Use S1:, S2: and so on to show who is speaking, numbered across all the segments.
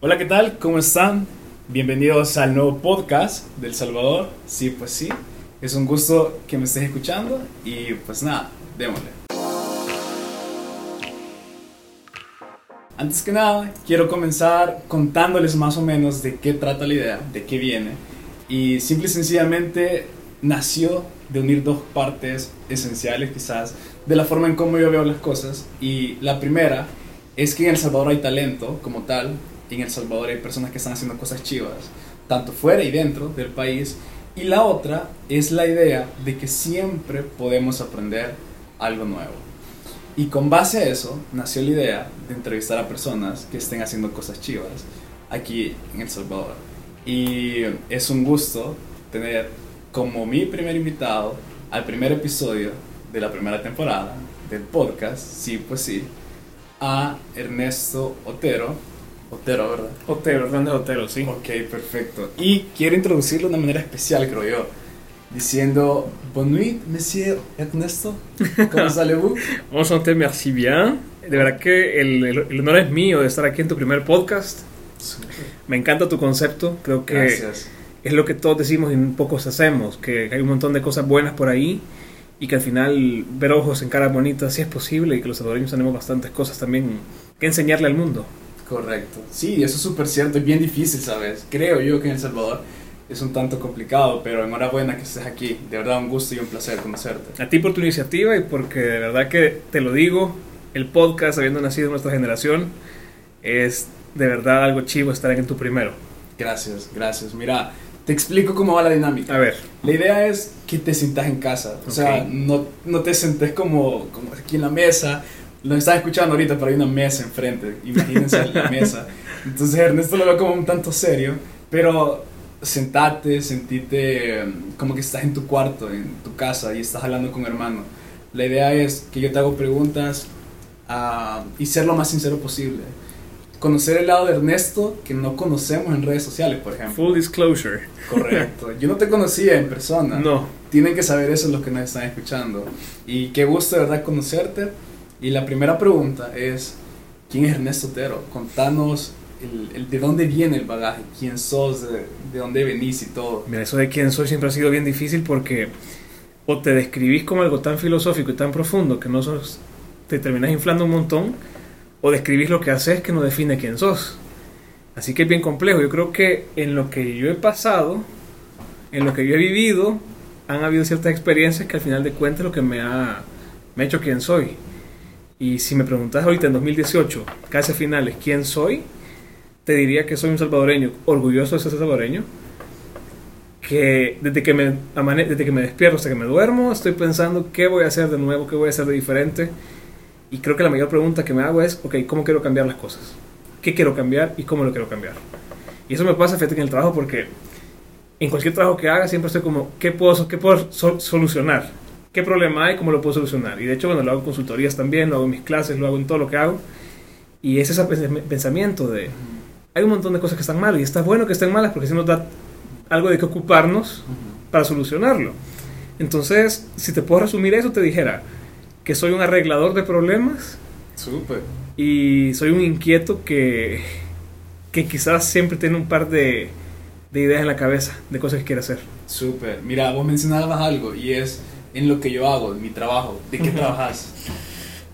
S1: Hola, ¿qué tal? ¿Cómo están? Bienvenidos al nuevo podcast del Salvador. Sí, pues sí. Es un gusto que me estés escuchando y pues nada, démosle. Antes que nada, quiero comenzar contándoles más o menos de qué trata la idea, de qué viene. Y simple y sencillamente nació de unir dos partes esenciales quizás de la forma en cómo yo veo las cosas. Y la primera es que en El Salvador hay talento como tal, en El Salvador hay personas que están haciendo cosas chivas, tanto fuera y dentro del país. Y la otra es la idea de que siempre podemos aprender algo nuevo. Y con base a eso nació la idea de entrevistar a personas que estén haciendo cosas chivas aquí en El Salvador. Y es un gusto tener como mi primer invitado al primer episodio de la primera temporada del podcast, sí, pues sí, a Ernesto Otero. Otero, ¿verdad?
S2: Otero, Hernández Otero, sí.
S1: Ok, perfecto. Y quiero introducirlo de una manera especial, creo yo. Diciendo, bonjour, monsieur Ernesto. ¿Cómo sale vous?
S2: Vamos a te merci bien. De verdad que el, el- el honor es mío de estar aquí en tu primer podcast. Me encanta tu concepto. Creo que
S1: Gracias.
S2: es lo que todos decimos y pocos hacemos. Que hay un montón de cosas buenas por ahí. Y que al final ver ojos en caras bonitas sí es posible. Y que los salvadoreños tenemos bastantes cosas también que enseñarle al mundo.
S1: Correcto. Sí, eso es súper cierto. Es bien difícil, ¿sabes? Creo yo que en El Salvador es un tanto complicado, pero enhorabuena que estés aquí. De verdad, un gusto y un placer conocerte.
S2: A ti por tu iniciativa y porque de verdad que te lo digo, el podcast, habiendo nacido en nuestra generación, es de verdad algo chivo estar en tu primero.
S1: Gracias, gracias. Mira, te explico cómo va la dinámica.
S2: A ver,
S1: La idea es que te sientas en casa, o sea,
S2: Ok.
S1: no, no te sentes como, como aquí en la mesa. Lo estás escuchando ahorita, pero hay una mesa enfrente. Imagínense la mesa. Entonces Ernesto lo veo como un tanto serio, pero sentate, sentite eh, como que estás en tu cuarto, en tu casa y estás hablando con hermano. La idea es que yo te hago preguntas ah, y ser lo más sincero posible. Conocer el lado de Ernesto que no conocemos en redes sociales, por ejemplo.
S2: full disclosure.
S1: Correcto. Yo no te conocía en persona.
S2: No,
S1: Tienen que saber eso los que nos están escuchando. Y qué gusto de verdad conocerte. Y la primera pregunta es, ¿quién es Ernesto Otero? Contanos el, el- de dónde viene el bagaje, quién sos, de, de dónde venís y todo.
S2: mira, eso de quién soy siempre ha sido bien difícil porque o te describís como algo tan filosófico y tan profundo que no sos, te terminás inflando un montón, o describís lo que haces que no define quién sos. Así que es bien complejo. Yo creo que en lo que yo he pasado, en lo que yo he vivido, han habido ciertas experiencias que al final de cuentas es lo que me ha, me ha hecho quien soy. Y si me preguntas ahorita en 2018, casi a finales, quién soy, te diría que soy un salvadoreño, orgulloso de ser salvadoreño, que desde que me, amane- desde que me despierto hasta que me duermo, estoy pensando qué voy a hacer de nuevo, qué voy a hacer de diferente. Y creo que la mayor pregunta que me hago es, ok, ¿cómo quiero cambiar las cosas? ¿Qué quiero cambiar y cómo lo quiero cambiar? Y eso me pasa, fíjate, que en el trabajo porque en cualquier trabajo que haga siempre estoy como, ¿qué puedo, so- qué puedo sol- solucionar? ¿Qué problema hay? ¿Cómo lo puedo solucionar? Y de hecho, bueno, lo hago en consultorías también, lo hago en mis clases, lo hago en todo lo que hago. Y es ese pens- pensamiento de, hay un montón de cosas que están mal y está bueno que estén malas porque si nos da algo de qué ocuparnos para solucionarlo. Entonces, si te puedo resumir eso, te dijera que soy un arreglador de problemas
S1: Súper.
S2: y soy un inquieto que, que quizás siempre tiene un par de, de ideas en la cabeza de cosas que quiere hacer.
S1: Súper. Mira, vos mencionabas algo y es en lo que yo hago, en mi trabajo. ¿De qué trabajas?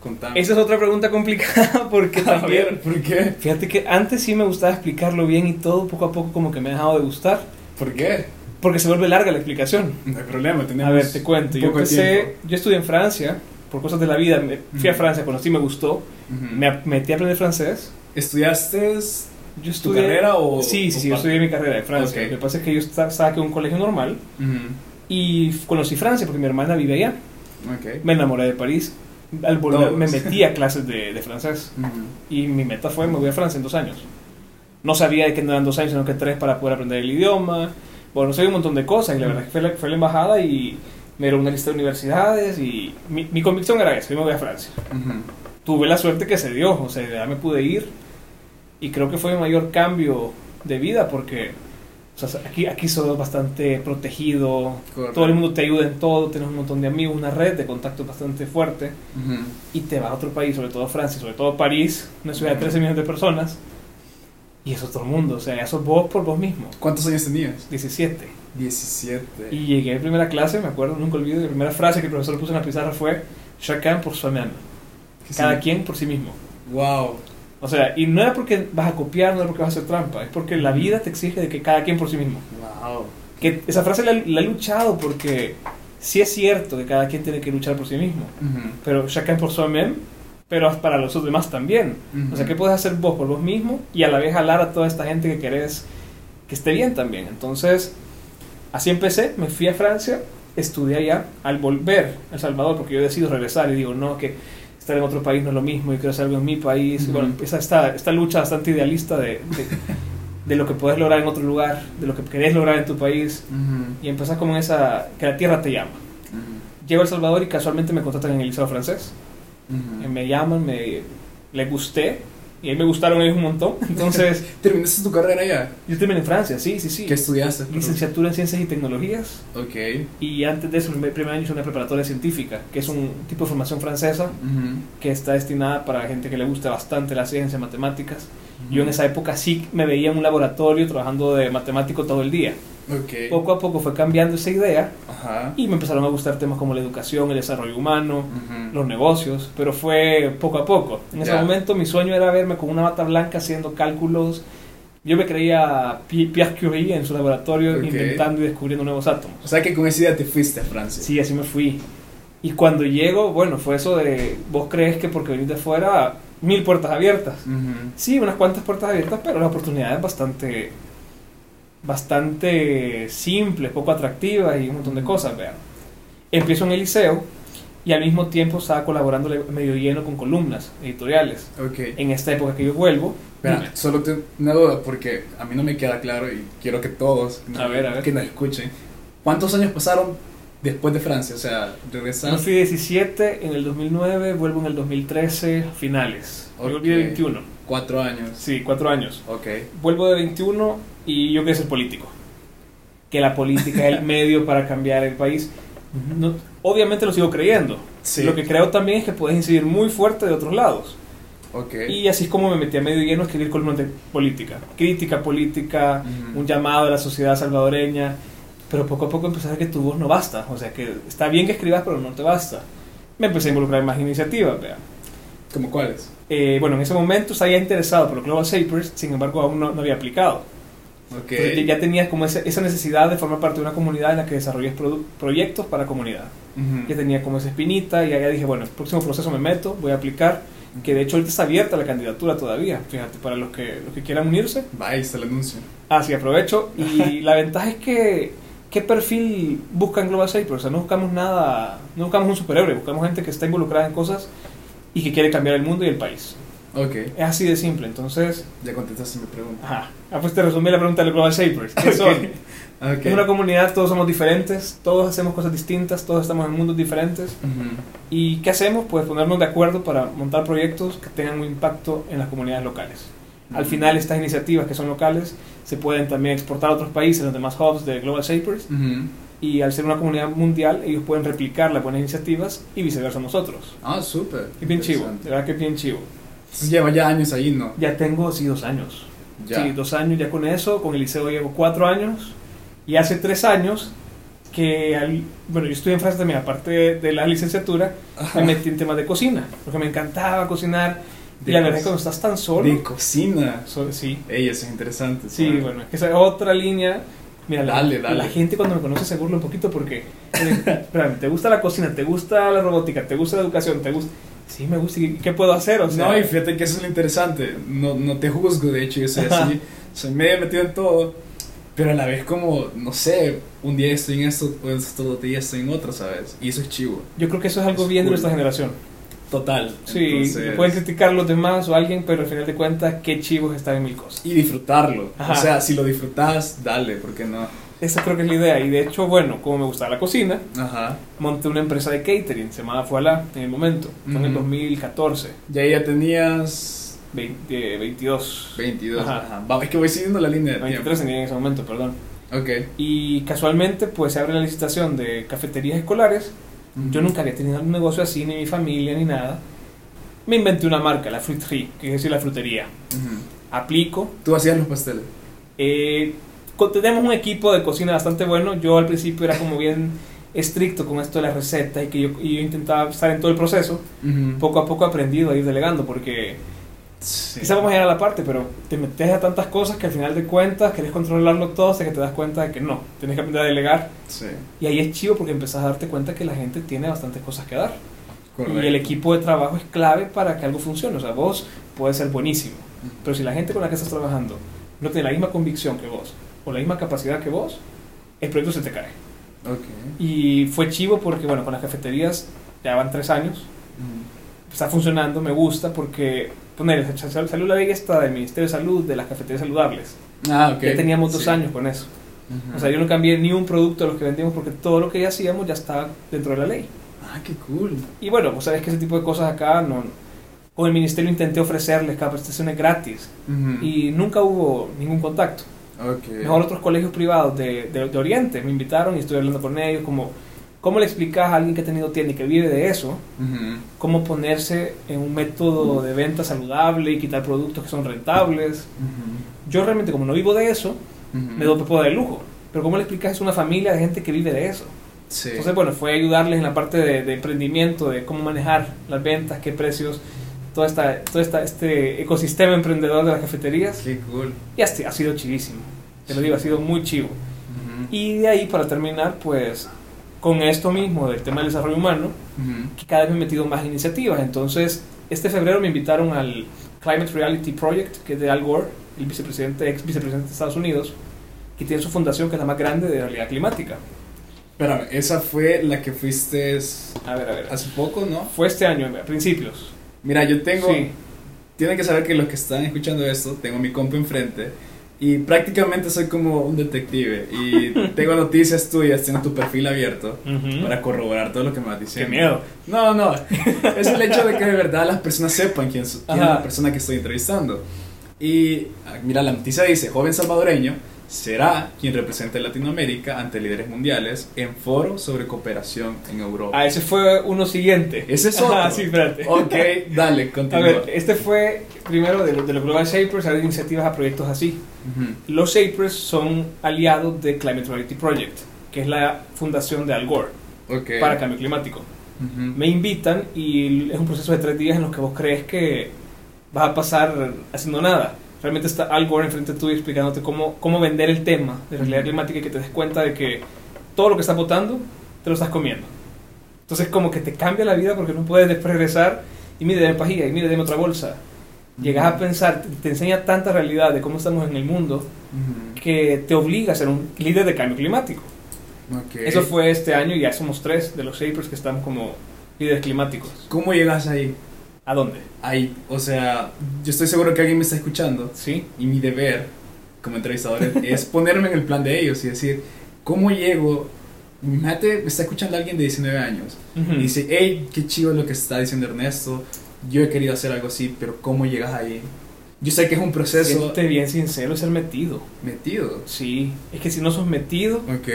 S1: Contame.
S2: Esa es otra pregunta complicada porque
S1: A ver,
S2: también...
S1: ¿por qué?
S2: Fíjate que antes sí me gustaba explicarlo bien y todo, poco a poco como que me ha dejado de gustar,
S1: ¿Por qué?
S2: porque se vuelve larga la explicación.
S1: No hay problema, tenemos
S2: A ver, te cuento. Yo
S1: poco
S2: empecé,
S1: tiempo.
S2: yo estudié en Francia, por cosas de la vida, me- fui a
S1: Ujú.
S2: Francia, conocí, me gustó,
S1: Ujú.
S2: me ap- metí a aprender francés.
S1: ¿Estudiaste
S2: Yo
S1: tu
S2: estudié,
S1: carrera o...?
S2: Sí, sí,
S1: o
S2: sí, yo
S1: parte?
S2: estudié mi carrera en Francia.
S1: Ok.
S2: Lo que pasa es que yo esta- estaba en un colegio normal
S1: Ujú.
S2: y f- conocí Francia porque mi hermana vive allá.
S1: Ok.
S2: Me enamoré de París. Al volver
S1: Todos.
S2: me metí a clases de, de francés
S1: Ujú.
S2: y mi meta fue me voy a Francia en dos años. No sabía de que no eran dos años, sino que tres para poder aprender el idioma. Bueno, sabía un montón de cosas y la verdad es que fue la, fue la embajada y me dieron una lista de universidades y mi, mi convicción era eso, yo me voy a Francia.
S1: Ujú.
S2: tuve la suerte que se dio, o sea, ya me pude ir y creo que fue mi mayor cambio de vida porque o sea, aquí, aquí sos bastante protegido,
S1: Correcto.
S2: todo el mundo te ayuda en todo, tienes un montón de amigos, una red de contacto bastante fuerte
S1: Ujú.
S2: y te vas a otro país, sobre todo Francia, sobre todo París, una ciudad de 13 millones de personas Y eso todo el mundo, o sea, eso vos por vos mismo.
S1: ¿Cuántos años tenías?
S2: 17.
S1: 17.
S2: Y llegué a primera clase, me acuerdo, nunca olvido, y la primera frase que el profesor puso en la pizarra fue, Shakan por su hermano.
S1: ¿Qué
S2: Cada
S1: significa?
S2: quien por sí mismo.
S1: Wow.
S2: O sea, y no era porque vas a copiar, no era porque vas a hacer trampa, es porque la vida te exige de que cada quien por sí mismo.
S1: Wow.
S2: Que esa frase la, la he luchado porque sí es cierto que cada quien tiene que luchar por sí mismo,
S1: Ujú,
S2: pero Shakan por su hermano, pero para los demás también.
S1: ujú.
S2: O sea, ¿qué puedes hacer vos por vos mismo y a la vez jalar a toda esta gente que querés que esté bien también? Entonces, así empecé, me fui a Francia, estudié allá, al volver a El Salvador, porque yo decido regresar y digo, no, que estar en otro país no es lo mismo, yo quiero hacer algo en mi país. Y
S1: Ujú.
S2: Bueno, empieza esta, esta lucha bastante idealista de, de, de lo que puedes lograr en otro lugar, de lo que querés lograr en tu país,
S1: Ujú,
S2: y empezás como en esa, que la tierra te llama.
S1: ujú,
S2: Llego a El Salvador y casualmente me contratan en el Liceo Francés. Eh,
S1: ujú.
S2: me llaman, me le gusté y ahí me gustaron ellos un montón. Entonces,
S1: ¿Terminaste tu carrera ya?
S2: yo terminé en Francia, sí, sí, sí.
S1: ¿Qué estudiaste? perdón?
S2: Licenciatura en Ciencias y Tecnologías
S1: Ok.
S2: y antes de eso, el primer año hice una preparatoria científica, que es un tipo de formación francesa
S1: Ujú,
S2: que está destinada para gente que le gusta bastante la ciencia, matemáticas. Yo en
S1: ujú.
S2: esa época sí me veía en un laboratorio trabajando de matemático todo el día.
S1: Ok.
S2: Poco a poco fue cambiando esa idea
S1: Ajá.
S2: y me empezaron a gustar temas como la educación, el desarrollo humano,
S1: Ujú.
S2: los negocios, pero fue poco a poco. En ese
S1: Ya.
S2: momento mi sueño era verme con una bata blanca haciendo cálculos. Yo me creía Pi- Pierre Curie en su laboratorio
S1: Ok.
S2: inventando y descubriendo nuevos átomos.
S1: O sea que con esa idea te fuiste a Francia.
S2: Sí, así me fui. Y cuando llego, bueno, fue eso de, vos crees que porque venís de fuera, mil puertas abiertas.
S1: Ujú.
S2: Sí, unas cuantas puertas abiertas, pero la oportunidad es bastante, bastante simple, poco atractiva y un montón de cosas, vean. Empiezo en el liceo y al mismo tiempo estaba colaborando le- medio lleno con columnas editoriales.
S1: Ok.
S2: En esta época que yo vuelvo,
S1: Espera, solo te, una duda, porque a mí no me queda claro y quiero que todos
S2: A ver, a ver.
S1: que nos escuchen. ¿Cuántos años pasaron después de Francia? O sea,
S2: yo
S1: regresas.
S2: fui 17 en el 2009, vuelvo en el 2013, finales. Yo volví de
S1: Ok.
S2: 21,
S1: Cuatro años.
S2: sí, cuatro años.
S1: Ok.
S2: Vuelvo de 21 y yo quería ser político. Que la política es el medio para cambiar el país. No- obviamente lo sigo creyendo.
S1: Sí.
S2: Lo que creo también es que puedes incidir muy fuerte de otros lados.
S1: Ok.
S2: Y así es como me metí a medio lleno a escribir columnas de política. Crítica política,
S1: Ujú.
S2: un llamado a la sociedad salvadoreña. Pero poco a poco empecé a ver que tu voz no basta. O sea, que está bien que escribas, pero no te basta. Me empecé a involucrar en más iniciativas. vea.
S1: ¿Cómo cuáles?
S2: Eh, bueno, en ese momento estaba ya interesado por Global Shapers, sin embargo aún no- no había aplicado.
S1: Ok.
S2: Entonces, ya ya tenías como ese- esa necesidad de formar parte de una comunidad en la que desarrolles produ- proyectos para comunidad.
S1: Ujú.
S2: Ya tenía como esa espinita y allá dije, bueno, el próximo proceso me meto, voy a aplicar, que de hecho ahorita está abierta la candidatura todavía, fíjate, para los que, los que quieran unirse.
S1: Va, ahí está el anuncio.
S2: Así aprovecho y la ventaja es que ¿qué perfil buscan Global Shapers? O sea, no buscamos nada, no buscamos un superhéroe, buscamos gente que está involucrada en cosas y que quiere cambiar el mundo y el país.
S1: Ok.
S2: Es así de simple, entonces,
S1: Ya contestaste mi pregunta.
S2: ajá, Ah, pues te resumí la pregunta de los Global Shapers. ¿Qué son?
S1: Ok.
S2: Es una comunidad, todos somos diferentes, todos hacemos cosas distintas, todos estamos en mundos diferentes.
S1: Ujú.
S2: ¿Y qué hacemos? Pues ponernos de acuerdo para montar proyectos que tengan un impacto en las comunidades locales. Al final estas iniciativas que son locales se pueden también exportar a otros países, los demás hubs de Global Shapers,
S1: Ujú.
S2: y al ser una comunidad mundial ellos pueden replicar las buenas iniciativas y viceversa nosotros.
S1: Ah, súper.
S2: Es bien chivo,
S1: Interesante.
S2: de verdad que es bien chivo.
S1: Entonces, Lleva ya años ahí, ¿no?
S2: Ya tengo, sí, dos años.
S1: Ya.
S2: Sí, dos años ya con eso, con el liceo llevo cuatro años y hace tres años que, al- bueno, yo estudié en Francia también, aparte de, de la licenciatura,
S1: Ajá.
S2: me metí en temas de cocina, porque me encantaba cocinar
S1: De
S2: y la
S1: cos-
S2: verdad es que cuando estás tan solo,
S1: De cocina.
S2: so- sí,
S1: Ey, eso es interesante.
S2: sí,
S1: ¿sabes?
S2: bueno, es que esa es otra línea. Mira, la-
S1: Dale,
S2: la,
S1: dale.
S2: gente cuando me conoce se burla un poquito porque, espérame, ¿te gusta la cocina? ¿Te gusta la robótica? ¿Te gusta la educación? ¿Te gusta? Sí, me gusta. ¿Y qué puedo hacer? O sea,
S1: no, y fíjate que eso es lo interesante. No, no te juzgo, de hecho, yo soy así. soy medio metido en todo. Pero a la vez, como, no sé, un día estoy en esto, otro día estoy en otro, ¿sabes? Y eso es chivo.
S2: yo creo que eso es algo
S1: Es
S2: bien de
S1: cool.
S2: nuestra generación.
S1: Total.
S2: Sí,
S1: Entonces-
S2: pueden criticar a los demás o a alguien, pero al final de cuentas, qué chivos están en mil cosas.
S1: Y disfrutarlo.
S2: Ajá.
S1: O sea, si lo disfrutas, dale, ¿por qué no?
S2: Esa creo que es la idea. Y de hecho, bueno, como me gustaba la cocina,
S1: Ajá.
S2: monté una empresa de catering, se llamaba Fuala en el momento, fue en el
S1: Ujú.
S2: 2014,
S1: Y ahí ya tenías
S2: 20, eh, 22,
S1: 22.
S2: Ajá.
S1: Ajá. Va, es que voy siguiendo la línea de
S2: 23 tenía en ese momento, perdón.
S1: tiempo. Ok.
S2: Y casualmente, pues se abre la licitación de cafeterías escolares. Yo nunca había tenido un negocio así, ni mi familia, ni nada. Me inventé una marca, la Fruiterie, que es decir, la frutería.
S1: Ujú.
S2: aplico.
S1: Tú hacías los pasteles.
S2: Eh, co- tenemos un equipo de cocina bastante bueno. Yo al principio era como bien estricto con esto de las recetas y que yo, y yo intentaba estar en todo el proceso. Poco a poco he aprendido a ir delegando porque
S1: Sí.
S2: quizás vamos a llegar a la parte, pero te metes a tantas cosas que al final de cuentas querés controlarlo todo hasta que te das cuenta de que no, tienes que aprender a delegar.
S1: Sí,
S2: Y ahí es chivo porque empezás a darte cuenta que la gente tiene bastantes cosas que dar.
S1: correcto.
S2: Y el equipo de trabajo es clave para que algo funcione. O sea, vos puedes ser buenísimo, pero si la gente con la que estás trabajando no tiene la misma convicción que vos o la misma capacidad que vos, el proyecto se te cae.
S1: Ok.
S2: Y fue chivo porque, bueno, con las cafeterías ya van tres años,
S1: Ujú.
S2: está funcionando, me gusta porque, poner, salió la ley esta del Ministerio de Salud de las cafeterías saludables.
S1: Ah, ok.
S2: Ya teníamos dos
S1: Sí.
S2: años con eso.
S1: Ujú.
S2: O sea, yo no cambié ni un producto de los que vendíamos porque todo lo que ya hacíamos ya estaba dentro de la ley.
S1: Ah, qué cool.
S2: Y bueno, vos sabés que ese tipo de cosas acá no. Con el ministerio intenté ofrecerles capacitaciones gratis
S1: Ujú.
S2: y nunca hubo ningún contacto.
S1: Ok.
S2: Mejor otros colegios privados de, de- de Oriente me invitaron y estuve hablando con ellos. Como, ¿Cómo le explicas a alguien que ha tenido tienda y que vive de eso
S1: Ujú.
S2: cómo ponerse en un método de venta saludable y quitar productos que son rentables?
S1: Ujú.
S2: Yo realmente, como no vivo de eso,
S1: Ujú.
S2: me doy un poco de lujo. Pero ¿cómo le explicas eso a una familia de gente que vive de eso?
S1: Sí.
S2: Entonces, bueno, fue ayudarles en la parte de, de emprendimiento, de cómo manejar las ventas, qué precios, todo, esta, todo esta, este ecosistema emprendedor de las cafeterías.
S1: Qué cool.
S2: Y así, ha sido chivísimo. Te lo digo, ha sido muy chivo.
S1: Ujú.
S2: Y de ahí, para terminar, pues con esto mismo del tema del desarrollo humano,
S1: Ujú.
S2: que cada vez me he metido más iniciativas. Entonces, este febrero me invitaron al Climate Reality Project, que es de Al Gore, el vicepresidente, ex vicepresidente de Estados Unidos, que tiene su fundación, que es la más grande de realidad climática.
S1: Espérame, esa fue la que fuiste
S2: A ver, a ver.
S1: hace poco, ¿no?
S2: Fue este año, a principios.
S1: Mira, yo tengo.
S2: Sí.
S1: Tienen que saber que los que están escuchando esto, tengo mi compa enfrente. Y prácticamente soy como un detective. Y tengo noticias tuyas, tengo tu perfil abierto. Para corroborar todo lo que me vas
S2: ¿Mm? Qué
S1: diciendo.
S2: miedo.
S1: No, no. Es el hecho de que de verdad las personas sepan quién, es- quién es la
S2: Ajá.
S1: persona que estoy entrevistando. Y ah, mira, la noticia dice, joven salvadoreño será quien represente a Latinoamérica ante líderes mundiales en foro sobre cooperación en Europa.
S2: Ah, ese fue uno siguiente.
S1: Ese es otro.
S2: Ah, sí, espérate.
S1: Ok, dale,
S2: A
S1: continúa.
S2: ver, este fue primero de, lo- de los Global Shapers, hay iniciativas a proyectos así.
S1: Ujú.
S2: Los Shapers son aliados de Climate Reality Project, que es la fundación de Al Gore
S1: Ok.
S2: para cambio climático.
S1: Ujú.
S2: Me invitan y es un proceso de tres días en los que vos crees que vas a pasar haciendo nada. Realmente está Al Gore enfrente tuyo explicándote cómo, cómo vender el tema de realidad climática y que te des cuenta de que todo lo que estás votando te lo estás comiendo. Entonces como que te cambia la vida porque no puedes después regresar y mire, deme pajilla y mire, deme otra bolsa. Llegas a pensar, te- te enseña tanta realidad de cómo estamos en el mundo
S1: Ujú.
S2: que te obliga a ser un líder de cambio climático.
S1: Ok.
S2: Eso fue este año y ya somos tres de los shapers que están como líderes climáticos.
S1: ¿Cómo llegas ahí?
S2: ¿A dónde?
S1: Ahí, o sea, yo estoy seguro que alguien me está escuchando
S2: Sí.
S1: y mi deber como entrevistador es- es ponerme en el plan de ellos y decir, ¿cómo llego? Imagínate, me está escuchando alguien de 19 años
S2: Hmm.
S1: y dice, hey, qué chido lo que está diciendo Ernesto, yo he querido hacer algo así, pero ¿cómo llegas ahí? Yo sé que es un
S2: pues
S1: proceso
S2: Siéntete bien sincero, ser metido.
S1: metido.
S2: Sí. Es que si no sos metido,
S1: Ok,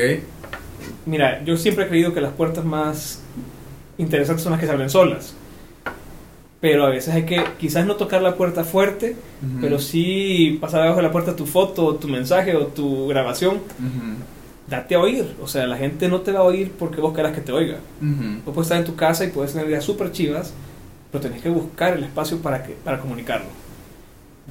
S2: mira, yo siempre he creído que las puertas más interesantes son las que se abren solas. Pero a veces hay que quizás no tocar la puerta fuerte,
S1: Ujú.
S2: pero sí pasar debajo de la puerta tu foto, o tu mensaje o tu grabación.
S1: Ujú.
S2: Date a oír. O sea, la gente no te va a oír porque vos querás que te oiga.
S1: Ujú.
S2: Vos puedes estar en tu casa y puedes tener ideas súper chivas, pero tenés que buscar el espacio para, que, para comunicarlo.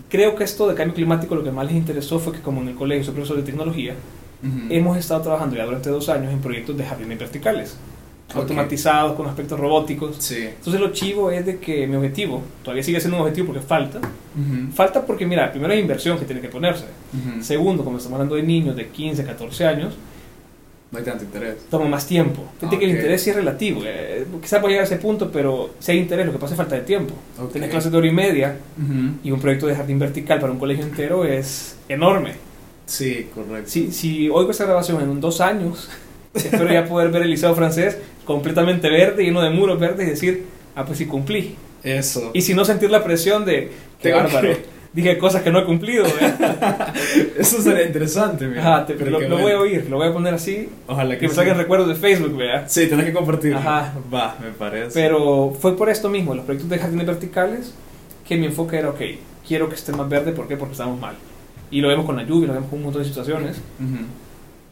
S2: Creo que esto de cambio climático lo que más les interesó fue que como en el colegio soy profesor de tecnología,
S1: Ujú.
S2: hemos estado trabajando ya durante dos años en proyectos de jardines verticales,
S1: Ok.
S2: automatizados, con aspectos robóticos.
S1: Sí.
S2: Entonces lo chivo es de que mi objetivo, todavía sigue siendo un objetivo porque falta,
S1: Ujú.
S2: falta porque mira, primero hay inversión que tiene que ponerse,
S1: Ujú.
S2: segundo, como estamos hablando de niños de 15, 14 años,
S1: No hay tanto interés.
S2: toma más tiempo. Fíjate que el
S1: Ah, Ok.
S2: interés sí es relativo. eh, quizás voy a llegar a ese punto, pero si hay interés, lo que pasa es falta de tiempo.
S1: Ok.
S2: Tienes clases de hora y media
S1: Ujú.
S2: y un proyecto de jardín vertical para un colegio entero es enorme.
S1: Sí, correcto.
S2: Si, si oigo esta grabación en dos años, espero ya poder ver el liceo francés completamente verde, lleno de muros verdes y decir, ah, pues sí cumplí.
S1: Eso.
S2: Y si no sentir la presión de, qué
S1: Tengo
S2: bárbaro,
S1: que-
S2: dije cosas que no he cumplido. ¿eh?
S1: Eso sería interesante, mira.
S2: Ajá, te-
S1: Pero
S2: lo,
S1: qué
S2: lo voy a
S1: bueno.
S2: oír, lo voy a poner así,
S1: Ojalá
S2: que
S1: que
S2: me
S1: sí.
S2: saquen recuerdos de Facebook, vea.
S1: Sí, tenés que compartirlo.
S2: Ajá.
S1: Va, me parece.
S2: Pero fue por esto mismo, los proyectos de jardines verticales, que mi enfoque era, ok, quiero que esté más verde, ¿por qué? Porque estamos mal. Y lo vemos con la lluvia, lo vemos con un montón de situaciones.
S1: Ujú.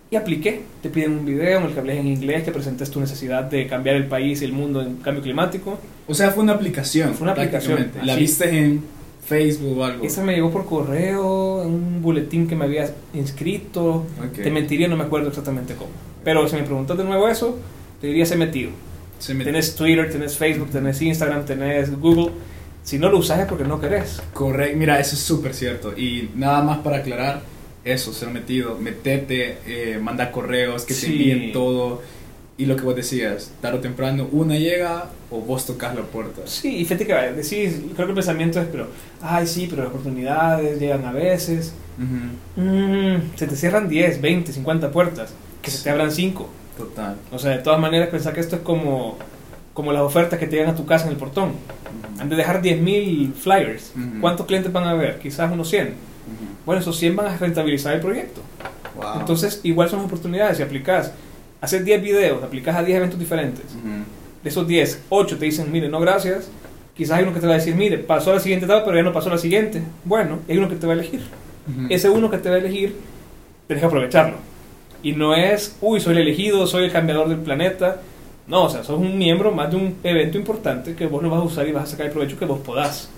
S2: Y apliqué. Te piden un video en el que hables en inglés, que presentes tu necesidad de cambiar el país y el mundo en cambio climático.
S1: O sea, fue una aplicación.
S2: Fue una aplicación,
S1: prácticamente. La
S2: así.
S1: viste en Facebook o algo.
S2: Esa me llegó por correo, en un boletín que me había inscrito.
S1: Ok.
S2: Te mentiría, no me acuerdo exactamente cómo. Pero si me preguntas de nuevo eso, te diría se metido.
S1: Se me-
S2: Tenés Twitter, tenés Facebook, tenés Instagram, tenés Google. Si no lo usas es porque no querés.
S1: Correcto, mira, eso es súper cierto. Y nada más para aclarar, eso, ser metido, metete, eh, manda correos, que
S2: Sí.
S1: te envíen todo. Y lo que vos decías, tarde o temprano, una llega o vos tocas la puerta.
S2: Sí, y fíjate que decís, creo que el pensamiento es, pero, ay, sí, pero las oportunidades llegan a veces.
S1: Ujú,
S2: Mm, se te cierran 10, 20, 50 puertas, que se te abran 5.
S1: Total.
S2: O sea, de todas maneras, pensar que esto es como, como las ofertas que te llegan a tu casa en el portón.
S1: Ujú,
S2: Han de dejar 10.000 flyers.
S1: Ujú.
S2: ¿Cuántos clientes van a haber? Quizás unos 100.
S1: ujú.
S2: Bueno, esos 100 van a rentabilizar el proyecto.
S1: Wow.
S2: Entonces, igual son oportunidades. Si aplicas, haces 10 videos, aplicas a 10 eventos diferentes.
S1: Ujú.
S2: De esos 10, 8 te dicen, mire, no gracias. Quizás hay uno que te va a decir, mire, pasó a la siguiente etapa, pero ya no pasó a la siguiente. Bueno, hay uno que te va a elegir.
S1: Ujú.
S2: Ese uno que te va a elegir, tenés que aprovecharlo. Y no es, uy, soy el elegido, soy el cambiador del planeta. No, o sea, sos un miembro más de un evento importante que vos lo vas a usar y vas a sacar el provecho que vos podás.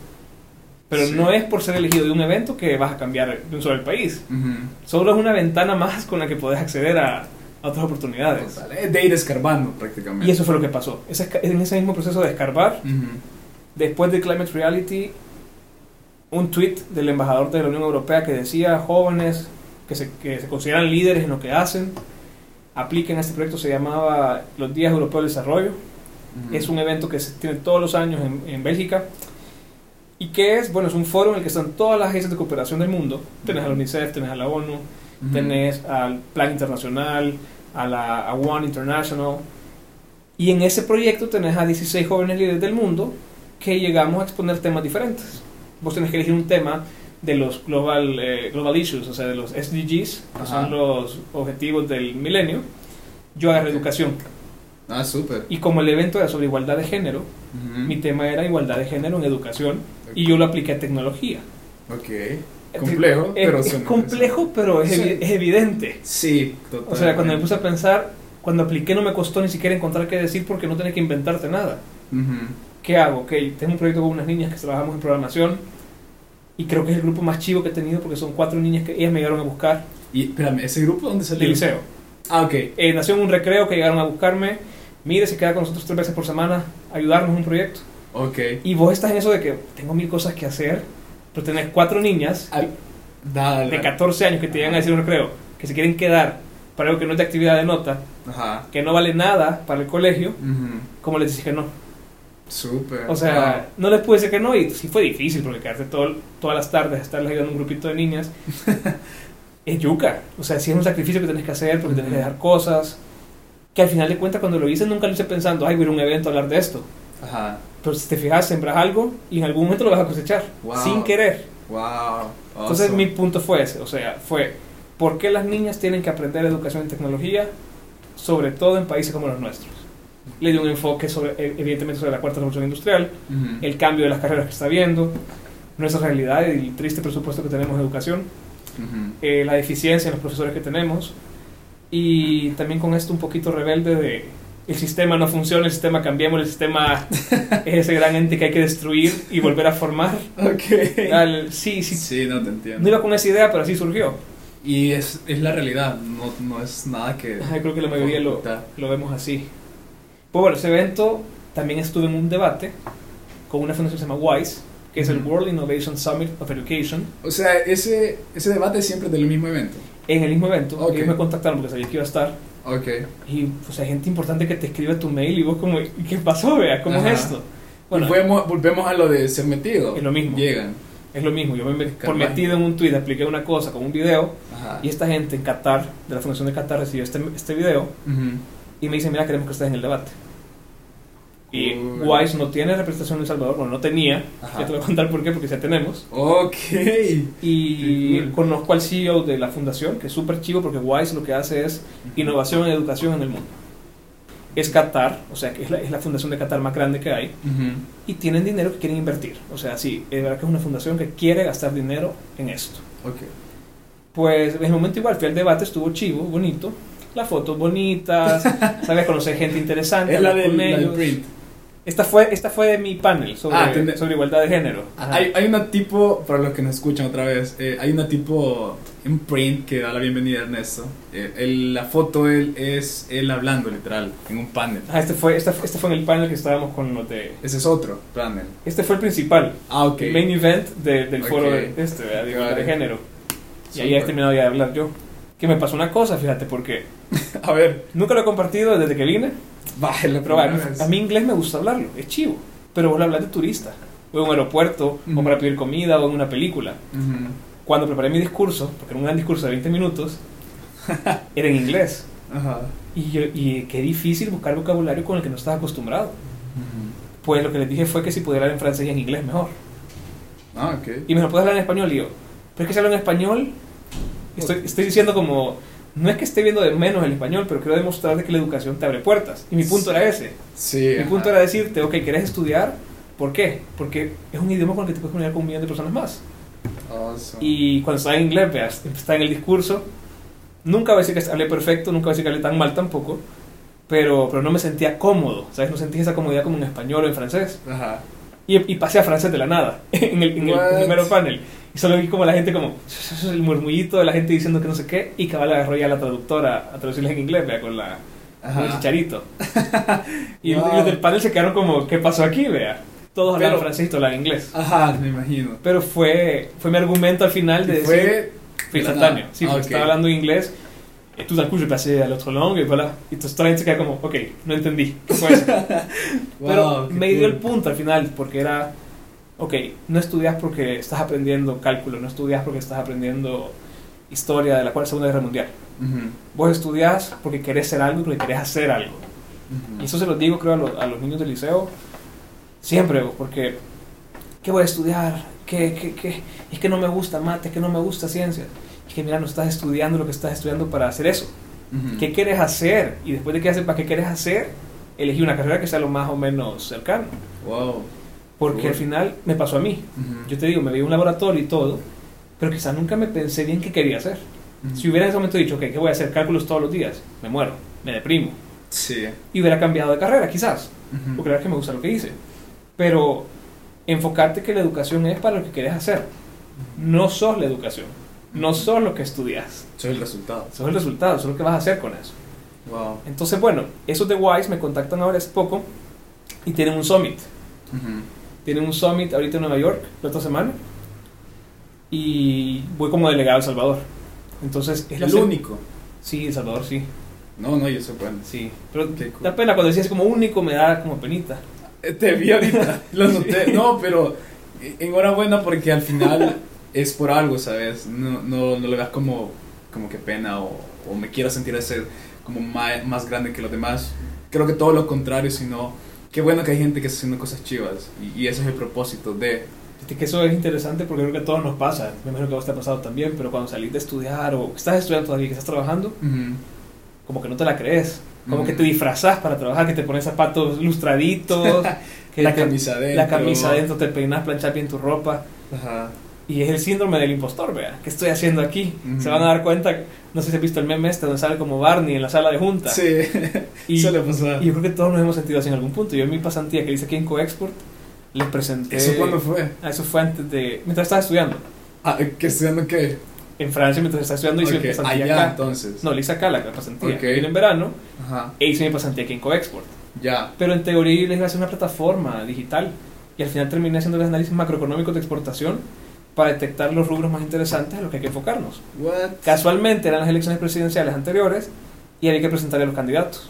S2: Pero
S1: Sí.
S2: no es por ser elegido de un evento que vas a cambiar de un solo el país.
S1: Ujú.
S2: Solo es una ventana más con la que podés acceder a, a otras oportunidades.
S1: Total, eh, De ir escarbando prácticamente.
S2: Y eso fue lo que pasó. Esa esca- en ese mismo proceso de escarbar,
S1: Ujú.
S2: después de Climate Reality, un tweet del embajador de la Unión Europea que decía, jóvenes que se, que se consideran líderes en lo que hacen, apliquen a este proyecto, se llamaba los Días Europeos del Desarrollo.
S1: Ujú.
S2: Es un evento que se tiene todos los años en, en Bélgica. ¿Y qué es? Bueno, es un foro en el que están todas las agencias de cooperación del mundo. Tenés a la UNICEF, tenés a la ONU,
S1: Ujú.
S2: tenés al Plan Internacional, a la a One International. Y en ese proyecto tenés a 16 jóvenes líderes del mundo que llegamos a exponer temas diferentes. Vos tenés que elegir un tema de los global, eh, global issues, o sea, de los SDGs, que
S1: Ajá.
S2: son los objetivos del milenio. Yo agarré educación.
S1: Ah, súper.
S2: Y como el evento era sobre igualdad de género,
S1: Ujú.
S2: mi tema era igualdad de género en educación y yo lo apliqué a tecnología.
S1: Ok. Complejo,
S2: Es-
S1: pero
S2: es,
S1: suena
S2: complejo, pero es,
S1: Sí.
S2: evi- es evidente.
S1: interesante. Sí, total.
S2: O sea, cuando me puse a pensar, cuando apliqué no me costó ni siquiera encontrar qué decir porque no tenía que inventarte nada.
S1: Ujú.
S2: ¿Qué hago? Ok, tengo un proyecto con unas niñas que trabajamos en programación y creo que es el grupo más chivo que he tenido porque son cuatro niñas que ellas me llegaron a buscar
S1: Y espérame, ¿ese grupo dónde salió?
S2: del liceo.
S1: Ah, ok.
S2: Eh, nació en un recreo que llegaron a buscarme. Mire, se queda con nosotros tres veces por semana, ayudarnos en un proyecto.
S1: Ok.
S2: Y vos estás en eso de que tengo mil cosas que hacer, pero tenés cuatro niñas
S1: Ah, dale.
S2: de 14 años que te llegan a decir un recreo, que se quieren quedar para algo que no es de actividad de nota,
S1: Ajá.
S2: que no vale nada para el colegio,
S1: Ujú.
S2: ¿cómo les decís que no?
S1: Súper.
S2: O
S1: Ah.
S2: sea, no les pude decir que no y sí fue difícil porque quedarte todo, todas las tardes estarles ayudando a un grupito de niñas es yuca. O sea, sí es un sacrificio que tenés que hacer porque tenés que dejar cosas. Que al final de cuentas cuando lo hice nunca lo hice pensando, ay, voy a ir a un evento a hablar de esto.
S1: Ah, Ajá.
S2: Pero si te fijas, sembras algo y en algún momento lo vas a cosechar,
S1: Wow.
S2: sin querer.
S1: Wow.
S2: Entonces
S1: Awesome.
S2: mi punto fue ese, o sea, fue ¿por qué las niñas tienen que aprender educación en tecnología, sobre todo en países como los nuestros? Le di un enfoque sobre, e- evidentemente sobre la cuarta revolución industrial,
S1: Ujú.
S2: el cambio de las carreras que está viendo, nuestra realidad y el triste presupuesto que tenemos de educación,
S1: Ujú.
S2: eh, la deficiencia en los profesores que tenemos y también con esto un poquito rebelde de el sistema no funciona, el sistema cambiamos, el sistema es ese gran ente que hay que destruir y volver a formar.
S1: Ok.
S2: Al- sí, sí,
S1: Sí, no te entiendo.
S2: no iba con esa idea, pero así surgió.
S1: Y es, es la realidad, no, no es nada que...
S2: Ajá, creo que la mayoría lo,
S1: ocultar.
S2: lo vemos así. Pues bueno, ese evento también estuve en un debate con una fundación que se llama WISE, que es el
S1: Ujú.
S2: World Innovation Summit of Education.
S1: O sea, ese, ese debate siempre es del mismo evento.
S2: En el mismo evento,
S1: Ok.
S2: ellos me contactaron porque sabía que iba a estar.
S1: Ok.
S2: Y pues hay gente importante que te escribe tu mail y vos como, "¿Y ¿qué pasó, vea? ¿Cómo
S1: Ajá.
S2: es esto?
S1: Bueno,
S2: Bueno,
S1: volvemos, volvemos a lo de ser metido.
S2: Es lo mismo.
S1: Llegan.
S2: es lo mismo. Yo me met- por
S1: Carvajal.
S2: metido en un tweet apliqué una cosa con un video
S1: Ajá.
S2: y esta gente en Qatar, de la Fundación de Qatar, recibió este, este video
S1: Ujú.
S2: y me dicen, mira, queremos que estés en el debate. Y
S1: Uy. Ah.
S2: Wise no tiene representación en El Salvador, bueno, no tenía,
S1: Ajá.
S2: ya te voy a contar por qué, porque ya tenemos.
S1: Ok.
S2: Y
S1: Qué cool.
S2: conozco al CEO de la fundación, que es súper chivo, porque Wise lo que hace es innovación en educación en el mundo. es Qatar, o sea, que es la, es la fundación de Qatar más grande que hay, y tienen dinero que quieren invertir. O sea, sí, es verdad que es una fundación que quiere gastar dinero en esto.
S1: Ok.
S2: Pues en el momento igual fui al debate, estuvo chivo, bonito, las fotos bonitas, sabes, conocer gente interesante.
S1: Es la
S2: hablar
S1: del,
S2: con
S1: la del
S2: ellos.
S1: print.
S2: Esta fue, esta fue de mi panel sobre,
S1: Ah, entendé.
S2: sobre igualdad de género. Ajá.
S1: Hay, hay una tipo, para los que nos escuchan otra vez, eh, hay una tipo en print que da la bienvenida a Ernesto. Eh, el- la foto él, es él hablando, literal, en un panel.
S2: Ajá, este, fue, esta, este fue en el panel que estábamos con los de...
S1: Ese es otro panel.
S2: Este fue el principal,
S1: Ah, ok.
S2: el main event de- del
S1: Ok.
S2: foro de, este, ¿verdad? de igualdad de
S1: Vale.
S2: género. Y ahí
S1: Súper.
S2: he terminado ya de hablar yo. Que me pasó una cosa, fíjate, porque
S1: A ver,
S2: nunca lo he compartido desde que vine,
S1: va, la
S2: pero
S1: primera
S2: va,
S1: vez.
S2: a mí inglés me gusta hablarlo, es chivo. Pero vos lo hablas de turista, o en un aeropuerto,
S1: Ujú.
S2: o para pedir comida, o en una película.
S1: Ujú.
S2: Cuando preparé mi discurso, porque era un gran discurso de 20 minutos, era en inglés.
S1: Ajá.
S2: Y, yo- y qué difícil buscar vocabulario con el que no estás acostumbrado.
S1: Ujú.
S2: Pues lo que les dije fue que si pudiera hablar en francés y en inglés mejor.
S1: Ah, ok.
S2: Y me lo puedes hablar en español, y yo, pero es que si hablo en español, estoy, estoy diciendo como, no es que esté viendo de menos el español, pero quiero demostrarte que la educación te abre puertas. Y mi punto era ese.
S1: Sí.
S2: Mi
S1: ajá.
S2: punto era decirte, ok, ¿quieres estudiar? ¿Por qué? Porque es un idioma con el que te puedes comunicar con un millón de personas más.
S1: Awesome.
S2: Y cuando estaba en inglés, veas, está en el discurso. Nunca voy a decir que hablé perfecto, nunca voy a decir que hablé tan mal tampoco, pero, pero no me sentía cómodo, ¿sabes? No sentí esa comodidad como en español o en francés.
S1: Ajá.
S2: Y, y pasé a francés de la nada, en el, en el
S1: What?
S2: primer panel. Y solo vi como la gente como, el murmullito de la gente diciendo que no sé qué, y cabal agarró ya la traductora a traducirles en inglés, vea, con la, con el
S1: Ajá.
S2: chicharito. y,
S1: Wow.
S2: y los del panel se quedaron como, ¿qué pasó aquí? Vea. Todos hablaban
S1: Pero-
S2: francés y todos hablaban inglés.
S1: Ajá, me imagino.
S2: Pero fue, fue mi argumento al final de
S1: Y
S2: decir,
S1: Fue.
S2: fue
S1: de la
S2: instantáneo.
S1: nada.
S2: Sí,
S1: Ah,
S2: porque
S1: ok.
S2: estaba hablando inglés. Y tú, d'un coup, je passais à l'autre langue, y voilà. Y entonces toda la gente se queda como, ok, no entendí. ¿Qué fue eso? Pero
S1: Wow, qué
S2: me dio el
S1: cool.
S2: punto al final, porque era, ok, no estudias porque estás aprendiendo cálculo, no estudias porque estás aprendiendo historia de la cuarta Segunda Guerra Mundial.
S1: Ujú,
S2: Vos estudias porque querés ser algo y porque querés hacer algo.
S1: ujú.
S2: Y eso se lo digo, creo, a, lo- a los niños del liceo siempre, bo, porque ¿qué voy a estudiar? ¿Qué, qué, qué? Es que no me gusta mate, es que no me gusta ciencia. Es que mira, no estás estudiando lo que estás estudiando para hacer eso.
S1: Ujú.
S2: ¿Qué quieres hacer? Y después de que haces para qué quieres hacer, elegí una carrera que sea lo más o menos cercano.
S1: Wow.
S2: Porque
S1: Cool.
S2: al final me pasó a mí.
S1: Ujú.
S2: Yo te digo, me vi un laboratorio y todo, pero quizás nunca me pensé bien qué quería hacer.
S1: Ujú.
S2: Si hubiera en ese momento dicho, ok, ¿qué voy a hacer? Cálculos todos los días. Me muero, me deprimo.
S1: Sí.
S2: Y hubiera cambiado de carrera, quizás
S1: Ujú.
S2: porque la verdad es que me gusta lo que hice. Pero enfocarte que la educación es para lo que quieres hacer. No sos la educación, no sos lo que estudias,
S1: Soy el resultado.
S2: sos el resultado, sos lo que vas a hacer con eso.
S1: Wow.
S2: Entonces, bueno, esos de Wise me contactan ahora hace poco y tienen un summit.
S1: Ujú.
S2: Tienen un summit ahorita en Nueva York la otra semana y voy como delegado a El Salvador. Entonces, es
S1: Es
S2: la
S1: el
S2: se-
S1: único.
S2: Sí, El Salvador, sí.
S1: No, no, yo soy bueno.
S2: Sí, pero
S1: Qué cool.
S2: da pena cuando decías como único me da como penita.
S1: Eh, Te vi ahorita, lo noté. No, pero eh, enhorabuena porque al final es por algo, ¿sabes? No, no, no le das como, como que pena o, o me quiero sentir a ser como más, más grande que los demás. Creo que todo lo contrario, sino qué bueno que hay gente que está haciendo cosas chivas y, y ese es el propósito de...
S2: Fíjate que eso es interesante porque creo que a todos nos pasa. Me imagino que a vos te ha pasado también, pero cuando salís de estudiar o que estás estudiando todavía, que estás trabajando,
S1: Ujú.
S2: como que no te la crees. Como
S1: Ujú.
S2: que te disfrazás para trabajar, que te pones zapatos lustraditos, que
S1: La
S2: te-
S1: camisa adentro.
S2: la camisa adentro, te peinas, planchas bien tu ropa.
S1: Ajá.
S2: Y es el síndrome del impostor, vea. ¿Qué estoy haciendo aquí?
S1: Ujú.
S2: Se van a dar cuenta, no sé si has visto el meme este donde sale como Barney en la sala de junta.
S1: Sí,
S2: Y,
S1: suele pasar.
S2: y yo creo que todos nos hemos sentido así en algún punto. Yo en mi pasantía que hice aquí en Coexport, les presenté.
S1: ¿Eso cuándo fue?
S2: Ah, Eso fue antes de. mientras estaba estudiando.
S1: Ah, ¿Que estudiando qué?
S2: en Francia mientras estaba estudiando hice mi
S1: Ok,
S2: pasantía
S1: Allá
S2: acá.
S1: entonces.
S2: No, le hice acá la la pasantía.
S1: Ok.
S2: Vine en verano
S1: Ajá,
S2: e hice mi pasantía aquí en Coexport.
S1: ya.
S2: Pero en teoría les iba a hacer una plataforma digital y al final terminé haciendo los análisis macroeconómicos de exportación para detectar los rubros más interesantes a los que hay que enfocarnos.
S1: What?
S2: Casualmente eran las elecciones presidenciales anteriores y había que presentar a los candidatos.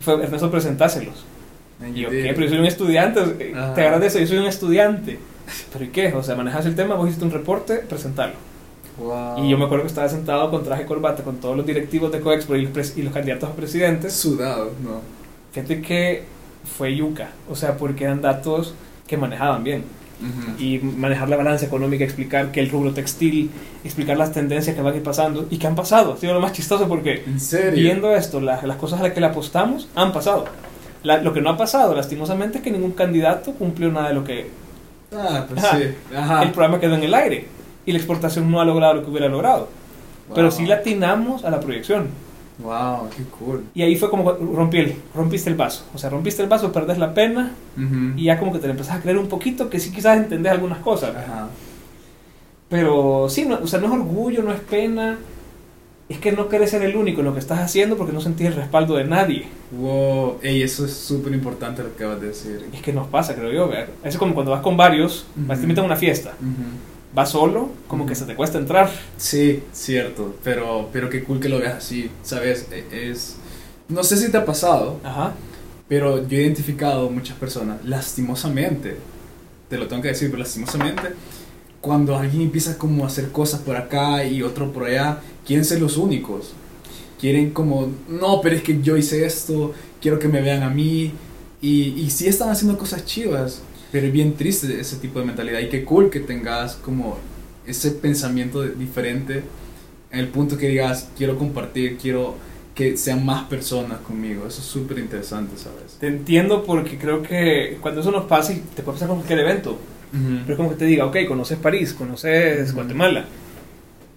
S2: Fue Ernesto presentáselos.
S1: Man,
S2: Y
S1: you
S2: yo,
S1: did
S2: ¿qué?
S1: it.
S2: Pero yo soy un estudiante, eh,
S1: Ajá.
S2: te agradezco, yo soy un estudiante. ¿Pero y qué? O sea, manejas el tema, vos hiciste un reporte, presentarlo.
S1: Wow.
S2: Y yo me acuerdo que estaba sentado con traje y corbata con todos los directivos de Coexpo y los, pres- y los candidatos a presidentes.
S1: sudado, no.
S2: Fíjate que fue yuca, o sea, porque eran datos que manejaban bien.
S1: Ujú.
S2: y manejar la balanza económica, explicar que el rubro textil, explicar las tendencias que van a ir pasando y que han pasado. Ha sido lo más chistoso porque
S1: ¿En serio?
S2: viendo esto, la- las cosas a las que le apostamos han pasado. La- lo que no ha pasado, lastimosamente, es que ningún candidato cumplió nada de lo que
S1: Ah, pues
S2: Ajá.
S1: sí. Ajá.
S2: el programa quedó en el aire y la exportación no ha logrado lo que hubiera logrado.
S1: Wow.
S2: Pero sí latinamos a la proyección.
S1: Wow, qué cool.
S2: Y ahí fue como rompí el, rompiste el vaso. O sea, rompiste el vaso, perdés la pena
S1: Ujú.
S2: y ya como que te la empezás a creer un poquito que sí quizás entendés algunas cosas.
S1: Ajá.
S2: Pero sí, no, o sea, no es orgullo, no es pena. Es que no querés ser el único en lo que estás haciendo porque no sentís el respaldo de nadie.
S1: Wow, ey, eso es súper importante lo que acabas de decir.
S2: Es que nos pasa, creo yo. ¿verdad? Eso es como cuando vas con varios, vas- te
S1: Ujú.
S2: invitan a una fiesta.
S1: Ujú.
S2: Vas solo, como que
S1: Ujú.
S2: se te cuesta entrar.
S1: Sí, cierto, pero, pero qué cool que lo veas así, ¿sabes? E- Es... No sé si te ha pasado,
S2: Ajá.
S1: pero yo he identificado muchas personas, lastimosamente, te lo tengo que decir, pero lastimosamente, cuando alguien empieza como a hacer cosas por acá y otro por allá, quieren ser los únicos. Quieren como, no, pero es que yo hice esto, quiero que me vean a mí. Y, y sí están haciendo cosas chivas, pero es bien triste ese tipo de mentalidad. Y qué cool que tengas como ese pensamiento de- diferente en el punto que digas, quiero compartir, quiero que sean más personas conmigo. Eso es súper interesante, ¿sabes?
S2: Te entiendo porque creo que cuando eso nos pasa y te puede pasar con cualquier evento, pero es como que te diga, ok, conoces París, conoces
S1: Ujú.
S2: Guatemala.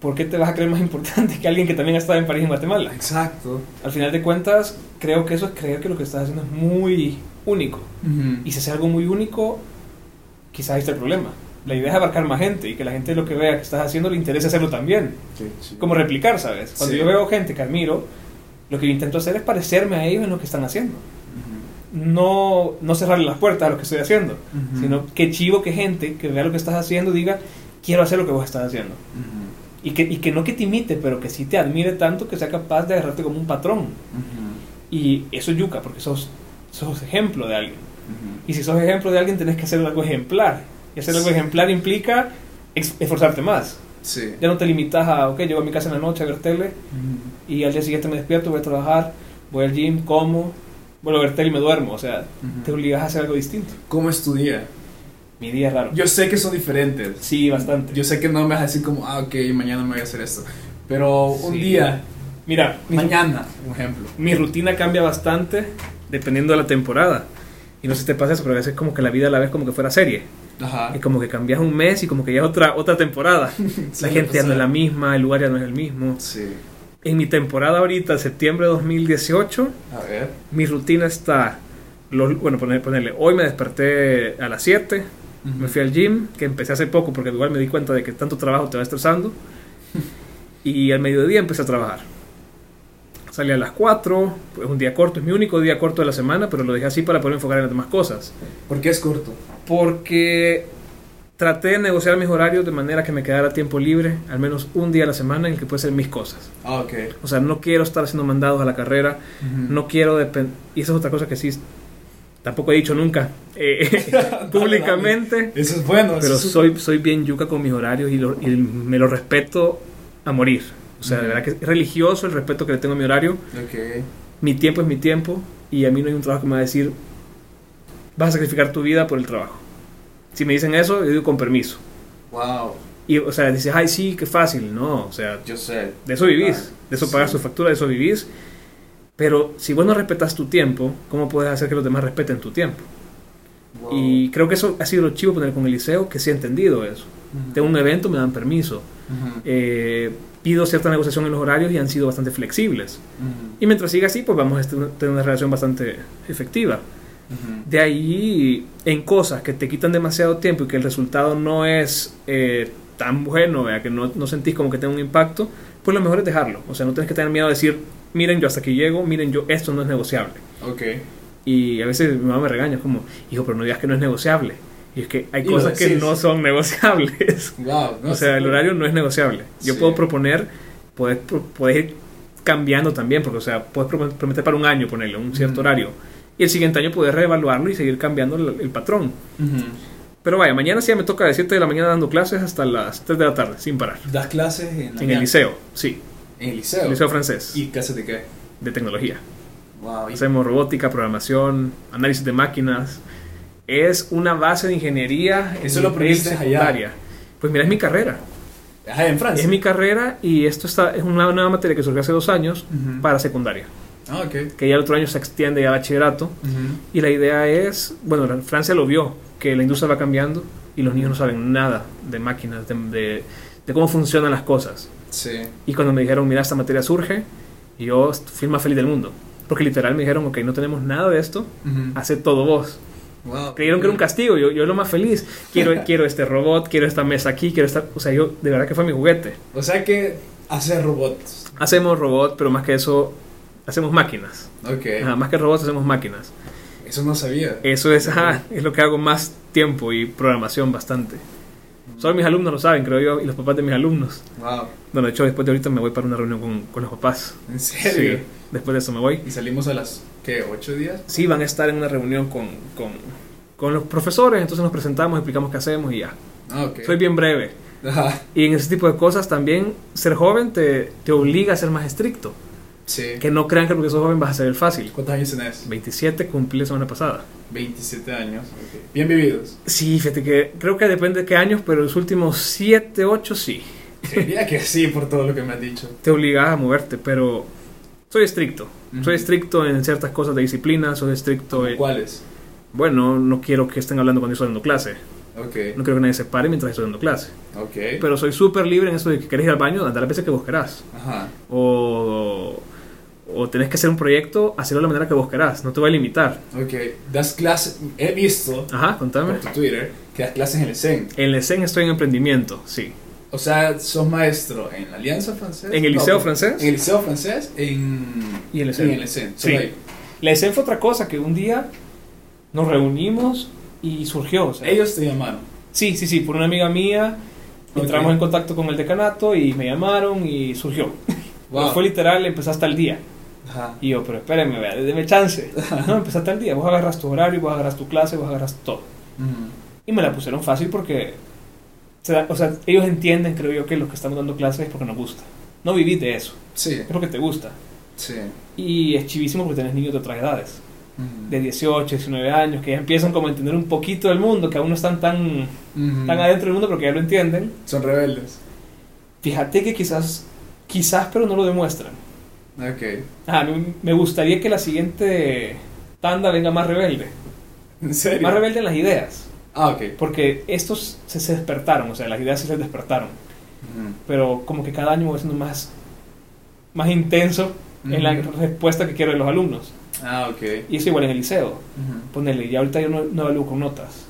S2: ¿Por qué te vas a creer más importante que alguien que también ha estado en París y en Guatemala?
S1: Exacto.
S2: Al final de cuentas, creo que eso es creer que lo que estás haciendo es muy único.
S1: Ujú.
S2: Y si hace algo muy único, quizás ahí está el problema. La idea es abarcar más gente y que la gente lo que vea que estás haciendo le interese hacerlo también.
S1: Qué chido.
S2: Como replicar, ¿sabes? Cuando
S1: Sí.
S2: yo veo gente que admiro, lo que yo intento hacer es parecerme a ellos en lo que están haciendo.
S1: Ujú.
S2: No, no cerrarle las puertas a lo que estoy haciendo,
S1: Ujú.
S2: sino que chivo que gente que vea lo que estás haciendo diga, quiero hacer lo que vos estás haciendo.
S1: Ujú.
S2: Y que, y que no que te imite, pero que sí te admire tanto que sea capaz de agarrarte como un patrón.
S1: Ujú.
S2: Y eso es yuca, porque sos, sos ejemplo de alguien.
S1: Ujú.
S2: Y si sos ejemplo de alguien, tenés que hacer algo ejemplar. Y hacer algo
S1: Sí.
S2: ejemplar implica ex- esforzarte más.
S1: Sí.
S2: Ya no te limitas a, ok, llego a mi casa en la noche a ver tele
S1: Ujú.
S2: y al día siguiente me despierto, voy a trabajar, voy al gym, como, vuelvo a ver tele y me duermo. O sea,
S1: Ujú.
S2: te obligas a hacer algo distinto.
S1: ¿Cómo estudiar?
S2: Mi día es raro.
S1: Yo sé que son diferentes.
S2: sí, bastante.
S1: Yo sé que no me vas a decir como, ah, ok, mañana me voy a hacer esto. Pero un
S2: Sí.
S1: día,
S2: Mira, mi,
S1: mañana, un ejemplo.
S2: mi rutina cambia bastante dependiendo de la temporada.
S3: Y no sé si te pasa eso, pero a veces como que la vida la ves como que fuera serie.
S1: Ajá.
S3: Y como que cambias un mes y como que ya es otra, otra temporada. La gente ya no es la misma, el lugar ya no es el mismo.
S1: Sí.
S3: En mi temporada ahorita, septiembre de 2018,
S1: A ver.
S3: mi rutina está... los- bueno, poner- ponerle, hoy me desperté a las 7, me fui al gym, que empecé hace poco porque igual me di cuenta de que tanto trabajo te va estresando. Y al mediodía empecé a trabajar. Salí a las 4, es un día corto, es mi único día corto de la semana, pero lo dejé así para poder enfocar en las demás cosas.
S1: ¿Por qué es corto?
S3: Porque traté de negociar mis horarios de manera que me quedara tiempo libre, al menos un día a la semana en el que pueda hacer mis cosas.
S1: Ah, ok.
S3: O sea, no quiero estar haciendo mandados a la carrera, no quiero depender... Y esa es otra cosa que sí, tampoco he dicho nunca eh, públicamente.
S1: Eso es bueno. eso
S3: Pero
S1: es súper-
S3: soy, soy bien yuca con mis horarios y, lo- y me lo respeto a morir. O sea, de verdad que es religioso el respeto que le tengo a mi horario.
S1: Ok.
S3: Mi tiempo es mi tiempo y a mí no hay un trabajo que me va a decir, vas a sacrificar tu vida por el trabajo. Si me dicen eso, yo digo con permiso.
S1: Wow.
S3: Y, o sea, dices, ay, sí, qué fácil. No, o sea,
S1: Yo sé.
S3: de eso vivís.
S1: Ah,
S3: De eso
S1: sí.
S3: pagas tu factura, de eso vivís. Pero si vos no respetas tu tiempo, ¿cómo puedes hacer que los demás respeten tu tiempo?
S1: Wow.
S3: Y creo que eso ha sido lo chivo poner con Eliseo, que sí he entendido eso.
S1: Ujú.
S3: Tengo un evento, me dan permiso.
S1: Ujú.
S3: Eh, pido cierta negociación en los horarios y han sido bastante flexibles.
S1: Ujú.
S3: Y mientras siga así, pues vamos a este- tener una relación bastante efectiva.
S1: Ujú.
S3: De ahí, en cosas que te quitan demasiado tiempo y que el resultado no es eh, tan bueno, vea, que no, no sentís como que tenga un impacto, pues lo mejor es dejarlo. O sea, no tienes que tener miedo a decir, miren, yo hasta aquí llego, miren, yo esto no es negociable.
S1: Ok.
S3: Y a veces mi mamá me regaña, es como, hijo, pero no digas que no es negociable. Y es que hay
S1: Y lo
S3: cosas que
S1: decís.
S3: no son negociables.
S1: Wow. no,
S3: O sea, el
S1: súper-
S3: horario no es negociable. Yo
S1: Sí.
S3: puedo proponer, puedes, pro- puedes ir cambiando también, porque, o sea, puedes pro- prometer para un año ponerle un cierto
S1: Ujú.
S3: horario. Y el siguiente año puedes reevaluarlo y seguir cambiando el, el patrón.
S1: Ujú.
S3: Pero vaya, mañana sí ya me toca de 7 de la mañana dando clases hasta las 3 de la tarde, sin parar.
S1: ¿Das clases en,
S3: En el liceo, sí.
S1: En el liceo.
S3: El liceo francés,
S1: ¿Y clases de qué?
S3: de tecnología.
S1: Wow.
S3: Hacemos robótica, programación, análisis de máquinas, es una base de ingeniería
S1: Eso
S3: en
S1: lo
S3: nivel
S1: aprendiste allá.
S3: secundaria. Pues mira, es mi carrera.
S1: Ajá, en Francia.
S3: Es mi carrera y esto está, es una nueva materia que surgió hace dos años
S1: Ujú.
S3: para secundaria,
S1: Ah, ok.
S3: que ya el otro año se extiende a bachillerato.
S1: Ujú.
S3: Y la idea es, bueno, la- Francia lo vio, que la industria va cambiando y los niños no saben nada de máquinas, de, de- de cómo funcionan las cosas.
S1: Sí.
S3: Y cuando me dijeron, mira, esta materia surge, yo est- fui el más feliz del mundo. Porque literal me dijeron, ok, no tenemos nada de esto,
S1: Ujú.
S3: hace todo vos.
S1: Wow.
S3: Creyeron que era un castigo, yo, yo lo más feliz. Quiero, quiero este robot, quiero esta mesa aquí, quiero esta... O sea, yo, de verdad que fue mi juguete.
S1: O sea que haces robots.
S3: Hacemos robot, pero más que eso, hacemos máquinas.
S1: Ok.
S3: Ajá, Eh, más que robots, hacemos máquinas.
S1: Eso no sabía.
S3: Eso es, ajá, es lo que hago más tiempo y programación bastante. Solo mis alumnos lo saben, creo yo, y los papás de mis alumnos.
S1: Wow.
S3: Bueno, de hecho, después de ahorita me voy para una reunión con, con los papás.
S1: ¿En serio?
S3: Sí, después de eso me voy.
S1: Y salimos a las, ¿qué? ¿Ocho días?
S3: Sí, van a estar en una reunión con, con, con los profesores, entonces nos presentamos, explicamos qué hacemos y ya.
S1: Ah, ok.
S3: Soy bien breve.
S1: Ajá.
S3: Y en ese tipo de cosas también ser joven te, te obliga a ser más estricto.
S1: Sí.
S3: Que no crean que porque sos joven vas a ser el fácil.
S1: ¿Cuántos años tenés?
S3: 27 cumplí la semana pasada.
S1: 27 años. Ok. Bien vividos.
S3: Sí, fíjate que creo que depende de qué años, pero los últimos 7, 8 sí.
S1: Diría que sí, por todo lo que me has dicho.
S3: Te obligas a moverte, pero soy estricto.
S1: Ujú.
S3: Soy estricto en ciertas cosas de disciplina, soy estricto en...
S1: ¿Cuáles?
S3: Bueno, no quiero que estén hablando cuando yo estoy dando clase.
S1: Ok.
S3: No quiero que nadie se pare mientras estoy dando clase.
S1: Ok.
S3: Pero soy súper libre en eso de que querés ir al baño, andar las veces que vos querás.
S1: Ajá.
S3: O, o tenés que hacer un proyecto, hacerlo de la manera que vos querás. No te voy a limitar.
S1: Ok. Das clases. He visto
S3: Ajá, contame.
S1: por tu Twitter que das clases en el CEN.
S3: En el ESEN estoy en emprendimiento, sí.
S1: O sea, sos maestro en la Alianza Francesa.
S3: ¿En el Liceo Francés?
S1: En el Liceo Francés, en.
S3: Y en el
S1: en
S3: CEN.
S1: el CEN.
S3: Sí.
S1: Solo ahí.
S2: La escena fue otra cosa que un día nos reunimos y surgió. o sea,
S1: Ellos te llamaron.
S2: Sí, sí, sí, por una amiga mía. Entramos
S1: Ok.
S2: en contacto con el decanato y me llamaron y surgió. Pero Fue literal, empezó hasta el día.
S1: Ajá.
S2: Y yo, pero espérenme, vea, déme chance. No, empezó hasta el día. Vos agarras tu horario, vos agarras tu clase, vos agarras todo.
S1: Ujú.
S2: Y me la pusieron fácil porque, se da- o sea, ellos entienden, creo yo, que los que estamos dando clases es porque nos gusta. No vivís de eso,
S1: Sí,
S2: es porque te gusta.
S1: sí.
S2: Y es chivísimo porque tenés niños de otras edades,
S1: Ujú.
S2: de 18, 19 años, que ya empiezan como a entender un poquito del mundo, que aún no están tan,
S1: Ujú.
S2: tan adentro del mundo porque ya lo entienden.
S1: Mm-hmm. Son rebeldes.
S2: Fíjate que quizás, quizás, pero no lo demuestran.
S1: Ok.
S2: Ah, a mí me gustaría que la siguiente tanda venga más rebelde,
S1: ¿En serio?
S2: más rebelde en las ideas,
S1: Ah, ok.
S2: porque estos se, se despertaron, o sea, las ideas sí se despertaron.
S1: Ujú.
S2: pero como que cada año voy siendo más, más intenso en la
S1: Ujú.
S2: respuesta que quiero de los alumnos.
S1: Mm-hmm. Ah, ok.
S2: Y eso igual en el liceo.
S1: Ujú.
S2: Ponerle, ya ahorita yo no, no evalúo con notas,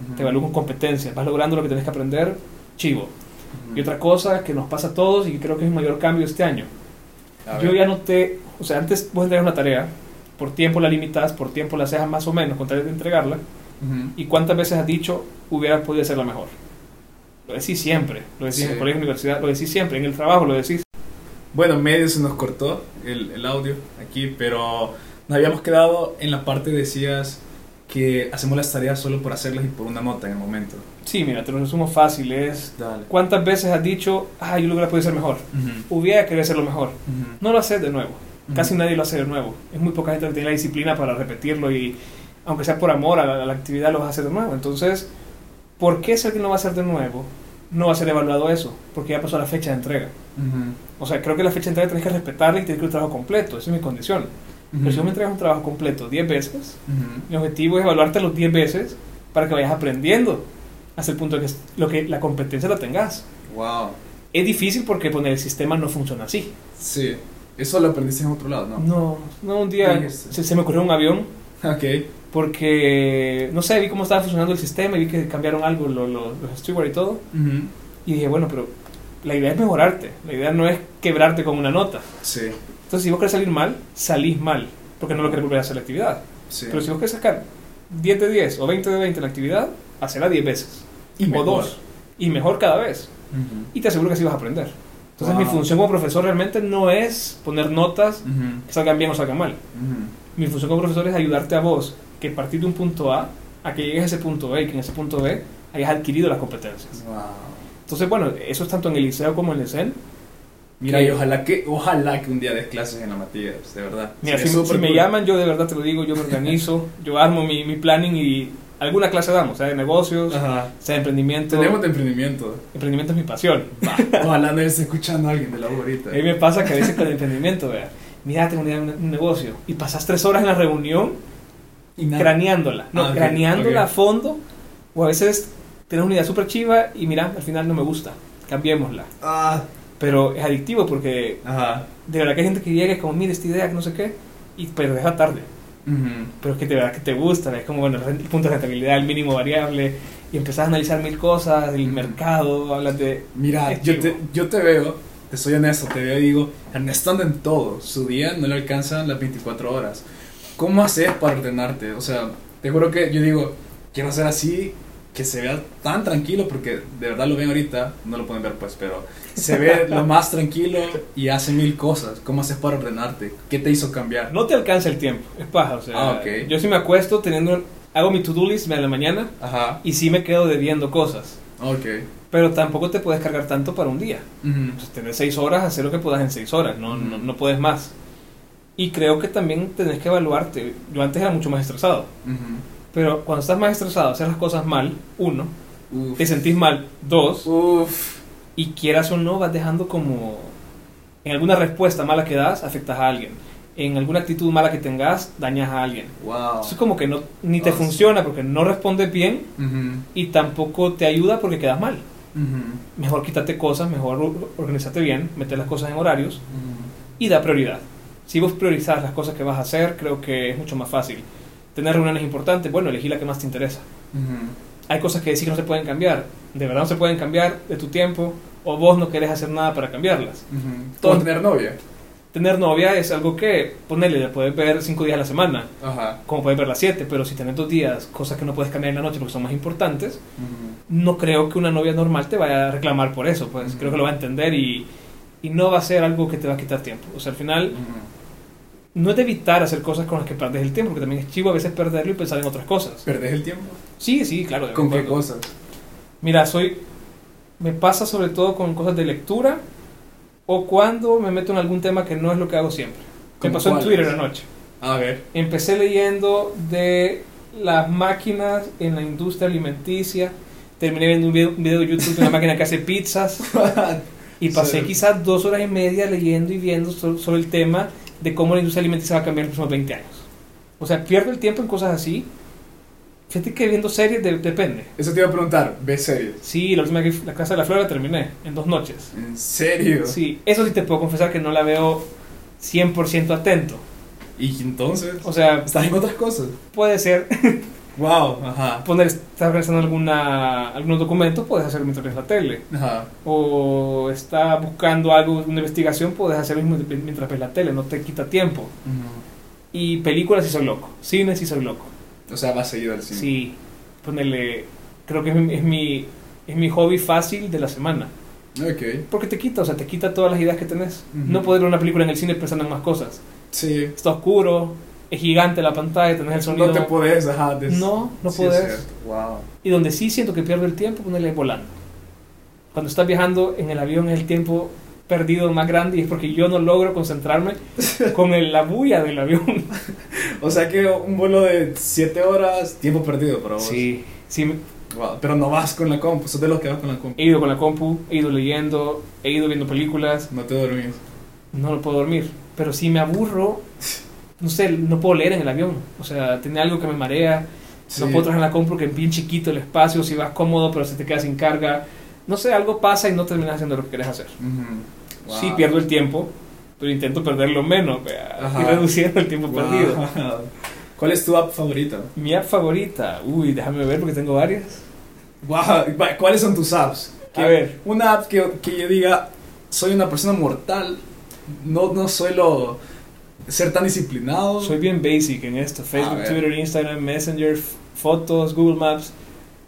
S1: Ujú.
S2: te evalúo con competencias, vas logrando lo que tienes que aprender, chivo.
S1: Ujú.
S2: Y otra cosa que nos pasa a todos y que creo que es el mayor cambio este año.
S1: A
S2: Yo
S1: ver.
S2: ya noté, o sea, antes vos entregas una tarea, por tiempo la limitas, por tiempo la cejas más o menos, con tal de entregarla,
S1: Ujú.
S2: y cuántas veces has dicho, hubiera podido hacerla mejor. Lo decís siempre, lo decís en
S1: Sí.
S2: el colegio, universidad, lo decís siempre, en el trabajo lo decís.
S1: Bueno, medio se nos cortó el, el audio aquí, pero nos habíamos quedado en la parte decías que hacemos las tareas solo por hacerlas y por una nota en el momento.
S2: Sí, mira, te lo resumo fácil. Es
S1: Dale.
S2: cuántas veces has dicho, ah, yo lo hubiera podido hacer mejor. Hubiera querido hacerlo mejor. No lo haces de nuevo. Casi nadie lo hace de nuevo. Es muy poca gente que tiene la disciplina para repetirlo y, aunque sea por amor a la, a la actividad, lo vas a hacer de nuevo. Entonces, ¿por qué si alguien lo va a hacer de nuevo, no va a ser evaluado eso? Porque ya pasó la fecha de entrega. O sea, creo que la fecha de entrega tienes que respetarla y tienes que ir un trabajo completo. Esa es mi condición. Pero si vos me entregas un trabajo completo 10 veces, mi objetivo es evaluarte los 10 veces para que vayas aprendiendo hasta el punto de que, es- lo que la competencia la tengas.
S1: Wow.
S2: Es difícil porque poner el sistema no funciona así.
S1: Sí. Eso lo aprendiste en otro lado, ¿no?
S2: No, no, un día
S1: Dijiste.
S2: se, se me ocurrió un avión
S1: Ok.
S2: porque, no sé, vi cómo estaba funcionando el sistema y vi que cambiaron algo lo- lo- los stewards y todo.
S1: Ujú.
S2: Y dije, bueno, pero la idea es mejorarte, la idea no es quebrarte con una nota.
S1: Sí.
S2: Entonces, si vos querés salir mal, salís mal, porque no lo querés volver a hacer la actividad.
S1: Sí.
S2: Pero si vos querés sacar 10 de 10 o 20 de 20 en la actividad, hacela 10 veces.
S1: Y
S2: o
S1: mejor.
S2: dos. Y mejor cada vez.
S1: Ujú.
S2: Y te aseguro que así vas a aprender. Entonces mi
S1: Wow.
S2: función como profesor realmente no es poner notas
S1: Ujú.
S2: que salgan bien o salgan mal.
S1: Ujú.
S2: Mi función como profesor es ayudarte a vos que partir de un punto A a que llegues a ese punto B y que en ese punto B hayas adquirido las competencias.
S1: Wow.
S2: Entonces, bueno, eso es tanto en el liceo como en el E CEN.
S1: Mira,
S2: Que-
S1: y ojalá que, ojalá que un día des clases en la Matías, de verdad.
S2: Mira,
S1: Sería
S2: si, me-
S1: súper
S2: si me
S1: cool.
S2: llaman, yo de verdad te lo digo, yo me organizo, yo armo mi, mi planning y alguna clase damos, sea de negocios,
S1: Ajá.
S2: sea de emprendimiento.
S1: Tenemos de emprendimiento.
S2: Emprendimiento es mi pasión.
S1: Va, Ojalá no esté escuchando a alguien de la U ahorita.
S2: A mí me pasa que a veces con el emprendimiento, vea, mira, tengo una idea de un un negocio y pasas tres horas en la reunión
S1: Y nada.
S2: craneándola, no,
S1: Ah, ok,
S2: craneándola
S1: ok.
S2: a fondo, o a veces tienes una idea súper chiva y mira, al final no me gusta, cambiémosla.
S1: Ah,
S2: Pero es adictivo porque
S1: ajá.
S2: de verdad que hay gente que llega y es como, mira esta idea, que no sé qué, y pero deja tarde.
S1: Ujú.
S2: Pero es que de verdad que te gusta, es como, bueno, el punto de rentabilidad, el mínimo variable, y empezás a analizar mil cosas, el
S1: Ujú.
S2: mercado, hablas de...
S1: Mira,
S2: Es
S1: yo
S2: chivo.
S1: te, yo te veo, te soy honesto, te veo y digo, Ernesto anda en todo, su día no le alcanzan las 24 horas. ¿Cómo haces para ordenarte? O sea, te juro que yo digo, quiero ser así, que se vea tan tranquilo, porque de verdad lo ven ahorita, no lo pueden ver pues, pero se ve lo más tranquilo y hace mil cosas. ¿Cómo haces para ordenarte? ¿Qué te hizo cambiar?
S2: No te alcanza el tiempo, es paja, o sea,
S1: Ah, ok.
S2: yo sí me acuesto teniendo, hago mi to-do list a la mañana
S1: Ajá,
S2: y sí me quedo debiendo cosas,
S1: ok.
S2: pero tampoco te puedes cargar tanto para un día.
S1: Ujú.
S2: Pues tener seis horas, hacer lo que puedas en seis horas, no,
S1: Ujú.
S2: no, no puedes más. Y creo que también tenés que evaluarte, yo antes era mucho más estresado,
S1: Ujú.
S2: pero cuando estás más estresado, hacer las cosas mal, uno,
S1: Uf.
S2: te sentís mal, dos,
S1: Uf.
S2: y quieras o no, vas dejando como. En alguna respuesta mala que das, afectas a alguien. En alguna actitud mala que tengas, dañas a alguien.
S1: Wow.
S2: Eso es como que no, ni te
S1: Ah, sí.
S2: funciona porque no respondes bien
S1: Ujú.
S2: y tampoco te ayuda porque quedas mal.
S1: Ujú.
S2: Mejor quítate cosas, mejor or- organizate bien, meter las cosas en horarios
S1: Ujú.
S2: y da prioridad. Si vos priorizás las cosas que vas a hacer, creo que es mucho más fácil. Tener reuniones importantes, bueno, elegí la que más te interesa.
S1: Ujú.
S2: Hay cosas que decir que no se pueden cambiar. De verdad no se pueden cambiar de tu tiempo o vos no querés hacer nada para cambiarlas.
S1: Ujú.
S2: Todo-
S1: ¿Cómo tener novia?
S2: Tener novia es algo que, ponele, la puedes ver cinco días a la semana,
S1: Ajá.
S2: como puedes ver las siete, pero si tenés dos días, cosas que no puedes cambiar en la noche porque son más importantes,
S1: Ujú.
S2: no creo que una novia normal te vaya a reclamar por eso, pues
S1: Ujú.
S2: creo que lo va a entender y, y no va a ser algo que te va a quitar tiempo. O sea, al final,
S1: Ujú.
S2: no es de evitar hacer cosas con las que perdes el tiempo, porque también es chivo a veces perderlo y pensar en otras cosas.
S1: ¿Perdés el tiempo?
S2: Sí, sí, claro. de
S1: ¿Con qué
S2: acuerdo.
S1: cosas?
S2: Mira, soy. Me pasa sobre todo con cosas de lectura o cuando me meto en algún tema que no es lo que hago siempre. Me
S1: ¿Cómo
S2: pasó en
S1: cuáles?
S2: Twitter anoche.
S1: A ver.
S2: Empecé leyendo de las máquinas en la industria alimenticia. Terminé viendo un video, un video de YouTube de una máquina que hace pizzas. Y pasé
S1: Sí.
S2: quizás dos horas y media leyendo y viendo so- sobre el tema de cómo la industria alimenticia va a cambiar en los próximos 20 años. O sea, pierdo el tiempo en cosas así. Fíjate que viendo series de- depende.
S1: Eso te iba a preguntar. ¿Ves series?
S2: Sí, la última que la Casa de la Flor la terminé en dos noches.
S1: ¿En serio?
S2: Sí, eso sí te puedo confesar que no la veo 100% atento.
S1: ¿Y entonces?
S2: O sea,
S1: ¿Estás en otras cosas?
S2: puede ser
S1: Wow. Ajá.
S2: poner, estar revisando alguna, algunos documentos, puedes hacer mientras ves la tele.
S1: Ajá.
S2: O está buscando algo, una investigación, puedes hacer mismo mientras ves la tele, no te quita tiempo.
S1: Ujú.
S2: Y películas sí soy loco, cine sí soy loco.
S1: O sea, vas seguido al
S2: Sí,
S1: cine.
S2: ponele, creo que es mi, es, mi, es mi hobby fácil de la semana.
S1: Ok.
S2: Porque te quita, o sea, te quita todas las ideas que tenés.
S1: Ujú.
S2: No poder ver una película en el cine pensando en más cosas.
S1: Sí.
S2: Está oscuro, es gigante la pantalla, tenés el sonido.
S1: No te podés, ajá. des-
S2: No, no
S1: Sí, es
S2: podés.
S1: cierto. Wow.
S2: Y donde sí siento que pierdo el tiempo, ponerle volando. Cuando estás viajando en el avión es el tiempo perdido más grande y es porque yo no logro concentrarme con el- la bulla del avión.
S1: O sea que un vuelo de 7 horas, tiempo perdido para vos.
S2: sí,
S1: Wow. Pero no vas con la compu. Sos de los que vas con la compu.
S2: he ido con la compu, he ido leyendo, he ido viendo películas,
S1: No te dormís.
S2: no lo puedo dormir. Pero si me aburro, no sé, no puedo leer en el avión. O sea, tiene algo que me marea. No
S1: Sí.
S2: puedo traer en la compu que es bien chiquito el espacio, si vas cómodo, pero se te queda sin carga. No sé, algo pasa y no terminas haciendo lo que quieres hacer.
S1: Ujú. Wow.
S2: Sí, pierdo el tiempo, pero intento perderlo menos vea,
S1: Ajá.
S2: y reduciendo el tiempo
S1: Wow.
S2: perdido.
S1: ¿Cuál es tu app favorita?
S2: Mi app favorita, uy, déjame ver porque tengo varias.
S1: Wow, va, ¿Cuáles son tus apps?
S2: A ver.
S1: Una app que, que yo diga, soy una persona mortal, no, no suelo ser tan disciplinado.
S2: Soy bien basic en esto:
S1: A
S2: Facebook,
S1: ver.
S2: Twitter, Instagram, Messenger, f- fotos, Google Maps,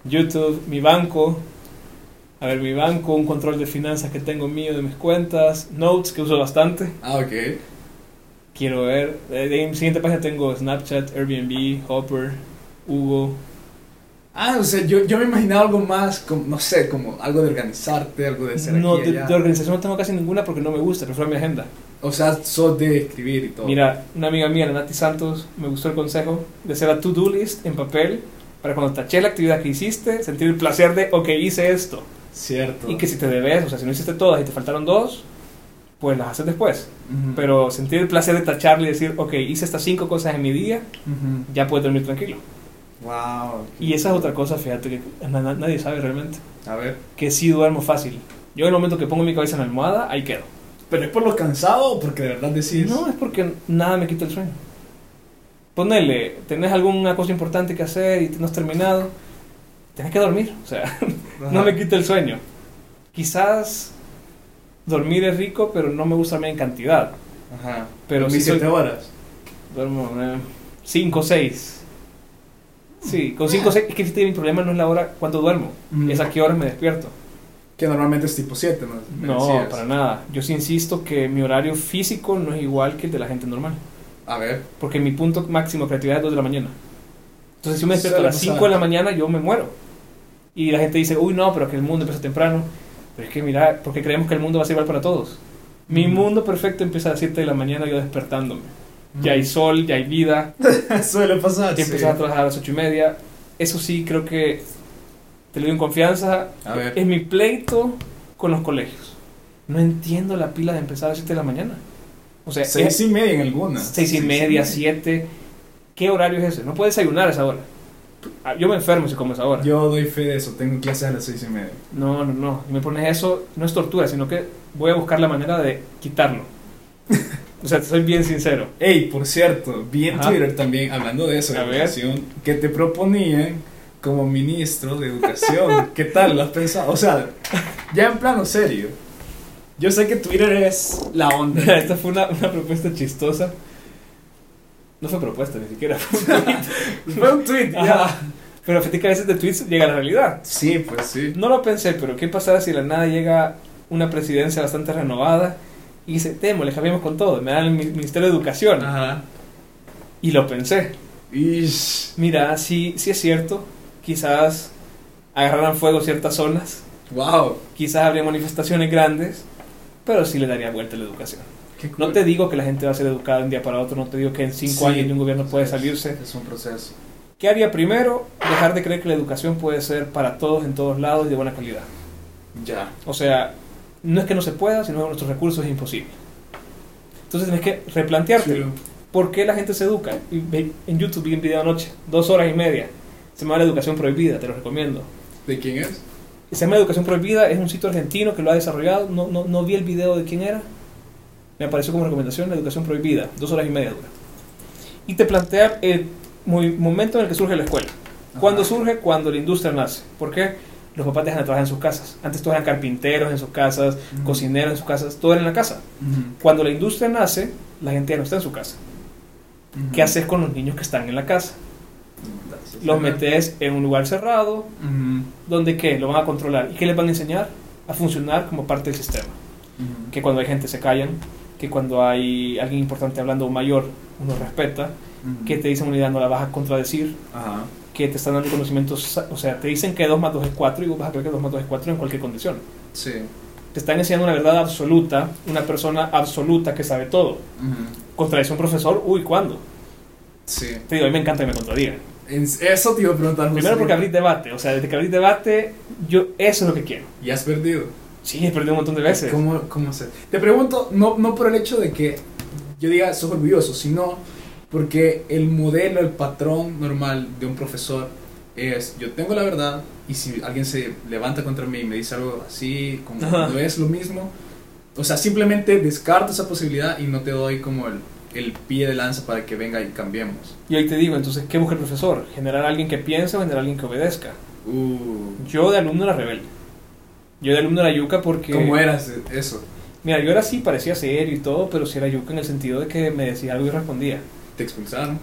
S2: YouTube, mi banco. A ver, mi banco, un control de finanzas que tengo mío de mis cuentas, Notes que uso bastante.
S1: Ah, ok.
S2: Quiero ver. eh, De, en mi siguiente página tengo Snapchat, Airbnb, Hopper, Hugo.
S1: Ah, o sea, yo, yo me imaginaba algo más, como, no sé, como algo de organizarte, algo de ser
S2: No,
S1: aquí,
S2: de,
S1: allá.
S2: de organización no tengo casi ninguna porque no me gusta, prefiero mi agenda.
S1: O sea, sos de escribir y todo.
S2: Mira, una amiga mía, la Nati Santos, me gustó el consejo de hacer la to-do list en papel para cuando taché la actividad que hiciste, sentir el placer de, ok, hice esto.
S1: Cierto.
S2: Y que si te debes, o sea, si no hiciste todas y te faltaron dos, pues las haces después.
S1: Ujú.
S2: Pero sentir el placer de tacharle y decir, ok, hice estas cinco cosas en mi día,
S1: Ujú.
S2: ya puedo dormir tranquilo.
S1: Wow.
S2: Y esa es otra cosa, fíjate, que na- na- nadie sabe realmente.
S1: A ver.
S2: Que sí duermo fácil. Yo en el momento que pongo mi cabeza en la almohada, ahí quedo.
S1: ¿Pero es por lo cansado o porque de verdad decís?
S2: No, es porque nada me quita el sueño. Ponele, tenés alguna cosa importante que hacer y no has terminado, tenés que dormir. O sea,
S1: Ajá.
S2: no me quita el sueño. Quizás dormir es rico, pero no me gusta dormir en cantidad.
S1: Ajá.
S2: Pero
S1: Mis
S2: sí soy-
S1: siete horas.
S2: Duermo 5 o 6. Sí, con 5 o 6. Es que fíjate, mi problema no es la hora cuando duermo,
S1: Mm.
S2: es a qué horas me despierto.
S1: Que normalmente es tipo 7, ¿no? Me
S2: No,
S1: decías.
S2: para nada. Yo sí insisto que mi horario físico no es igual que el de la gente normal.
S1: A ver.
S2: Porque mi punto máximo de creatividad es 2 de la mañana. Entonces, si yo me despierto a
S1: Suele
S2: las 5
S1: pasar.
S2: de la mañana, yo me muero. Y la gente dice, uy, no, pero que el mundo empieza temprano. Pero es que, mira, porque creemos que el mundo va a ser igual para todos. Mi
S1: Mm.
S2: mundo perfecto empieza a las 7 de la mañana, yo despertándome.
S1: Mm.
S2: Ya hay sol, ya hay vida,
S1: Suele pasar. sí.
S2: y empezar a trabajar a las ocho y media. Eso sí, creo que te lo digo en confianza.
S1: A ver.
S2: Es mi pleito con los colegios. No entiendo la pila de empezar a las 7 de la mañana. O sea,
S1: Seis
S2: es
S1: y media en alguna.
S2: seis y media,
S1: sí.
S2: 7. ¿Qué horario es ese? No puedes desayunar a esa hora. Ah, Yo me enfermo si como a esa hora.
S1: Yo doy fe de eso, tengo clases a las seis y media.
S2: No, no, no. Y me pones eso, no es tortura, sino que voy a buscar la manera de quitarlo. O sea, te soy bien sincero.
S1: Ey, por cierto, vi en
S2: Ajá.
S1: Twitter también, hablando de eso, de
S2: A ver.
S1: educación, que te proponían como ministro de educación. ¿Qué tal? ¿Lo has pensado? O sea, ya en plano serio. Yo sé que Twitter es la onda.
S2: Esta fue una, una propuesta chistosa. No fue propuesta ni siquiera.
S1: Fue un tweet,
S2: Ajá. Pero fíjate que a veces de tweets llega la realidad.
S1: Sí, pues sí.
S2: No lo pensé, pero ¿qué pasará si de la nada llega una presidencia bastante renovada y dice, démosle, cambiamos con todo, me dan el mi- Ministerio de Educación?
S1: Ajá.
S2: Y lo pensé.
S1: Ish.
S2: Mira, sí, sí es cierto, quizás agarraran fuego ciertas zonas,
S1: Wow.
S2: quizás habría manifestaciones grandes, pero sí le daría vuelta a la educación.
S1: Qué
S2: No
S1: cool.
S2: te digo que la gente va a ser educada de un día para otro, no te digo que en
S1: Sí.
S2: cinco años de un gobierno puede salirse.
S1: Es un proceso.
S2: ¿Qué haría primero? Dejar de creer que la educación puede ser para todos, en todos lados y de buena calidad.
S1: Ya.
S2: O sea, no es que no se pueda, sino que con nuestros recursos es imposible. Entonces tienes que replantearte
S1: Chulo.
S2: por qué la gente se educa. Y ve- En YouTube vi un video anoche, dos horas y media. Se llama La Educación Prohibida, te lo recomiendo.
S1: ¿De quién es?
S2: Se llama Educación Prohibida, es un sitio argentino que lo ha desarrollado. No, no, no vi el video de quién era. Me apareció como recomendación La Educación Prohibida, dos horas y media dura. Y te plantea el movi- momento en el que surge la escuela. ¿Cuándo
S1: Ajá.
S2: surge? Cuando la industria nace. ¿Por qué? Los papás dejan de trabajar en sus casas. Antes todos eran carpinteros en sus casas,
S1: Ujú.
S2: cocineros en sus casas, todo era en la casa.
S1: Ujú.
S2: Cuando la industria nace, la gente ya no está en su casa.
S1: Ujú.
S2: ¿Qué haces con los niños que están en la casa? Los metes en un lugar cerrado,
S1: Ujú.
S2: donde ¿qué? Lo van a controlar. ¿Y qué les van a enseñar? A funcionar como parte del sistema.
S1: Ujú.
S2: Que cuando hay gente se callan, que cuando hay alguien importante hablando o mayor, uno respeta,
S1: Ujú.
S2: que te dicen una idea no la vas a contradecir,
S1: Ajá.
S2: que te están dando conocimientos, sa- o sea, te dicen que 2 más 2 es 4 y vos vas a creer que 2 más 2 es 4 en cualquier condición.
S1: Sí.
S2: Te están enseñando una verdad absoluta, una persona absoluta que sabe todo.
S1: Ujú.
S2: Contradice un profesor, uy, ¿cuándo?
S1: Sí.
S2: Te digo, a mí me encanta que me contradigan.
S1: En- Eso te iba a preguntar.
S2: Primero
S1: justamente.
S2: porque abrís debate, o sea, desde que abrís debate, yo eso es lo que quiero.
S1: Y has perdido.
S2: Sí, he perdido un montón de veces.
S1: ¿Cómo, cómo se- Te pregunto, no, no por el hecho de que yo diga sos orgulloso, sino porque el modelo, el patrón normal de un profesor es yo tengo la verdad y si alguien se levanta contra mí y me dice algo así, como
S2: Ajá.
S1: no es lo mismo, o sea, simplemente descarto esa posibilidad y no te doy como el, el pie de lanza para que venga y cambiemos.
S2: Y hoy te digo, entonces, ¿qué busca el profesor? ¿Generar a alguien que piense o generar a alguien que obedezca?
S1: Uh,
S2: Yo de alumno era rebelde. Yo de alumno era yuca porque...
S1: ¿Cómo eras de- eso?
S2: Mira, yo era así, parecía serio y todo, pero sí era yuca en el sentido de que me decía algo y respondía.
S1: ¿Te expulsaron?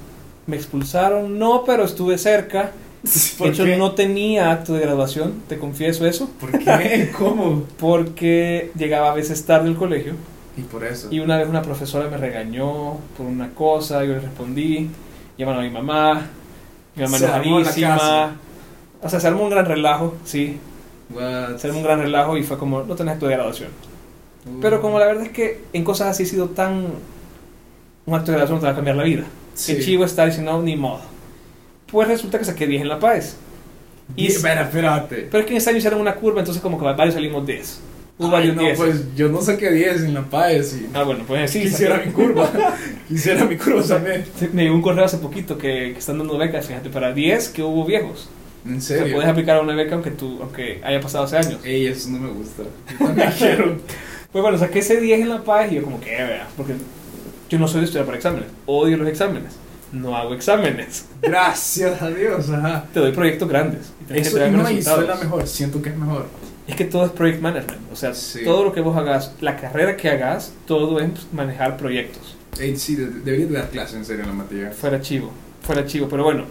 S2: Me expulsaron, no, pero estuve cerca. De hecho,
S1: qué?
S2: no tenía acto de graduación, te confieso eso,
S1: ¿Por qué? ¿Cómo?
S2: porque llegaba a veces tarde al colegio
S1: Y por eso.
S2: y una vez una profesora me regañó por una cosa, yo le respondí, llamaron a mi mamá, mi mamá
S1: Se armó la casa.
S2: enojadísima. O sea, se armó un gran relajo, sí,
S1: What?
S2: se armó un gran relajo y fue como, no tenés acto de graduación.
S1: Uh.
S2: Pero como la verdad es que en cosas así he sido tan... Un acto de graduación no te va a cambiar la vida.
S1: Sí.
S2: Qué chivo estar diciendo, ni modo. pues resulta que saqué 10 en La Paz.
S1: Y,
S2: Y-
S1: espera, espérate.
S2: Pero es que en ese año hicieron una curva, entonces como que varios salimos 10. Hubo
S1: Ay,
S2: varios
S1: no,
S2: 10.
S1: pues yo no saqué 10 en la PAES y
S2: Ah, bueno, pues sí.
S1: quisiera
S2: saqué-
S1: mi curva. quisiera mi curva también.
S2: Sí, Me llegó un correo hace poquito que, que están dando becas, fíjate, para 10 que hubo viejos.
S1: En
S2: O sea,
S1: serio.
S2: puedes aplicar a una beca aunque, tú, aunque haya pasado hace años.
S1: Ey, eso no me gusta. Yo también quiero.
S2: Pues bueno, saqué ese 10 en la paz y yo como que, "Eh, vea, porque yo no soy de estudiar para exámenes, odio los exámenes, no hago exámenes,
S1: Gracias a Dios, ajá.
S2: te doy proyectos grandes. Y tenés que
S1: Eso
S2: entregar
S1: no,
S2: con
S1: y suena
S2: resultados.
S1: mejor, siento que es mejor.
S2: Es que todo es project management, o sea,
S1: Sí.
S2: todo lo que vos hagas, la carrera que hagas, todo es manejar proyectos.
S1: Ey, sí, de- debería de dar clase en serio en la materia.
S2: Fuera chivo, fuera chivo, pero bueno.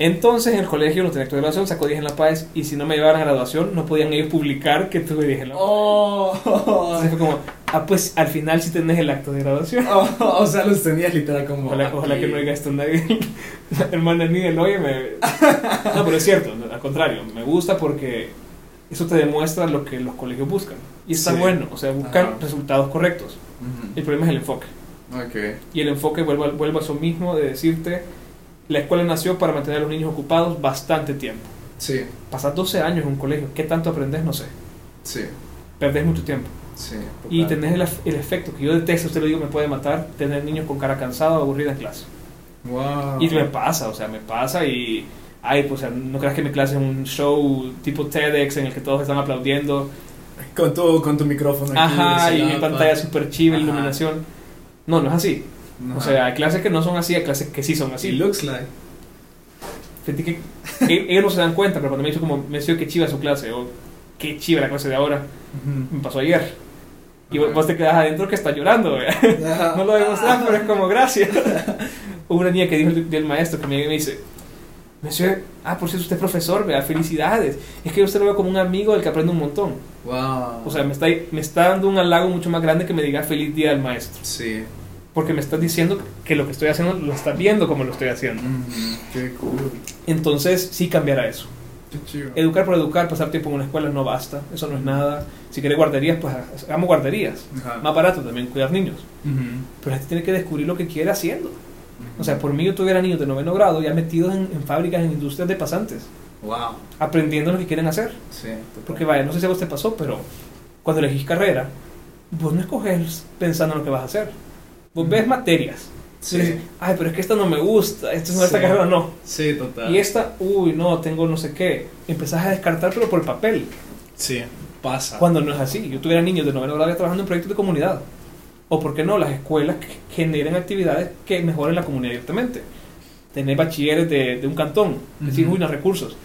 S2: Entonces en el colegio, en los directores de graduación, sacó 10 en la paz y si no me llevaban a graduación, no podían ellos publicar que tuve 10 en la paz.
S1: Oh,
S2: Entonces fue como, ah, pues al final sí tenés el acto de graduación.
S1: Oh, o sea, los tenías literal como.
S2: Ojalá,
S1: aquí.
S2: ojalá que no diga esto nadie. La hermana ni del oye me... No, pero es cierto, al contrario, me gusta porque eso te demuestra lo que los colegios buscan. Y está
S1: Sí.
S2: bueno, o sea, buscan
S1: Ajá.
S2: resultados correctos. El
S1: Ujú.
S2: problema es el enfoque.
S1: Ok.
S2: Y el enfoque vuelve, a- vuelve a eso mismo de decirte, la escuela nació para mantener a los niños ocupados bastante tiempo.
S1: Sí,
S2: Pasas 12 años en un colegio, ¿qué tanto aprendes? No sé.
S1: sí,
S2: Perdés mucho tiempo.
S1: sí.
S2: Y
S1: total.
S2: tenés el, af- el efecto que yo detesto, usted lo digo, me puede matar, tener niños con cara cansada o aburrida en clase.
S1: Wow.
S2: Y me pasa, o sea, me pasa y... Ay, pues, o sea, no creas que mi clase es un show tipo TEDx en el que todos están aplaudiendo.
S1: Con tu, con tu micrófono aquí.
S2: Ajá, y mi
S1: mi
S2: pantalla súper chiva,
S1: pues. Ajá.
S2: iluminación. No, no es así. O sea, hay clases que no son así, hay clases que sí son
S1: así
S2: así.
S1: looks like.
S2: Sentí que e- ellos no se dan cuenta, pero cuando me dice como, me dice que chiva su clase, o qué chiva la clase de ahora, me pasó ayer. Y vos
S1: Ajá.
S2: vos te quedas adentro que está llorando, ¿verdad? No lo demostrar, pero es como gracias. Hubo una niña que dijo del, del maestro que me llega y me dice, Monsieur, ah, por cierto, usted es profesor, vea, felicidades. Es que yo usted lo veo como un amigo del que aprende un montón.
S1: Wow.
S2: O sea, me está, me está dando un halago mucho más grande que me diga feliz día al maestro.
S1: Sí.
S2: Porque me estás diciendo que lo que estoy haciendo lo está viendo como lo estoy haciendo.
S1: Ujú, Mm, Qué cool.
S2: Entonces, sí cambiará eso.
S1: Qué chido.
S2: Educar por educar, pasar tiempo en una escuela no basta, eso no es nada. Si querés guarderías, pues hagamos guarderías.
S1: Ajá.
S2: Más barato también cuidar niños.
S1: Ujú.
S2: Pero la gente tiene que descubrir lo que quiere haciendo. O sea, por mí yo tuviera niños de noveno grado ya metidos en, en fábricas, en industrias de pasantes,
S1: Wow.
S2: aprendiendo lo que quieren hacer.
S1: Sí. total.
S2: Porque vaya, no sé si a vos te pasó, pero cuando elegís carrera, vos no escoges pensando en lo que vas a hacer. Vos ves materias. Y
S1: Mm. Sí.
S2: dices, Ay, pero es que esta no me gusta, esta no esta
S1: Sí.
S2: carrera no.
S1: Sí, total.
S2: Y esta, uy, no, tengo no sé qué. Empezás a descartar, pero por papel.
S1: Sí. Pasa.
S2: Cuando no es así. Yo tuviera niños de noveno grado ya trabajando en proyectos de comunidad. O, ¿por qué no? Las escuelas que generen actividades que mejoren la comunidad directamente. Tener bachilleres de, de un cantón.
S1: Ujú.
S2: Decir, uy, no hay recursos.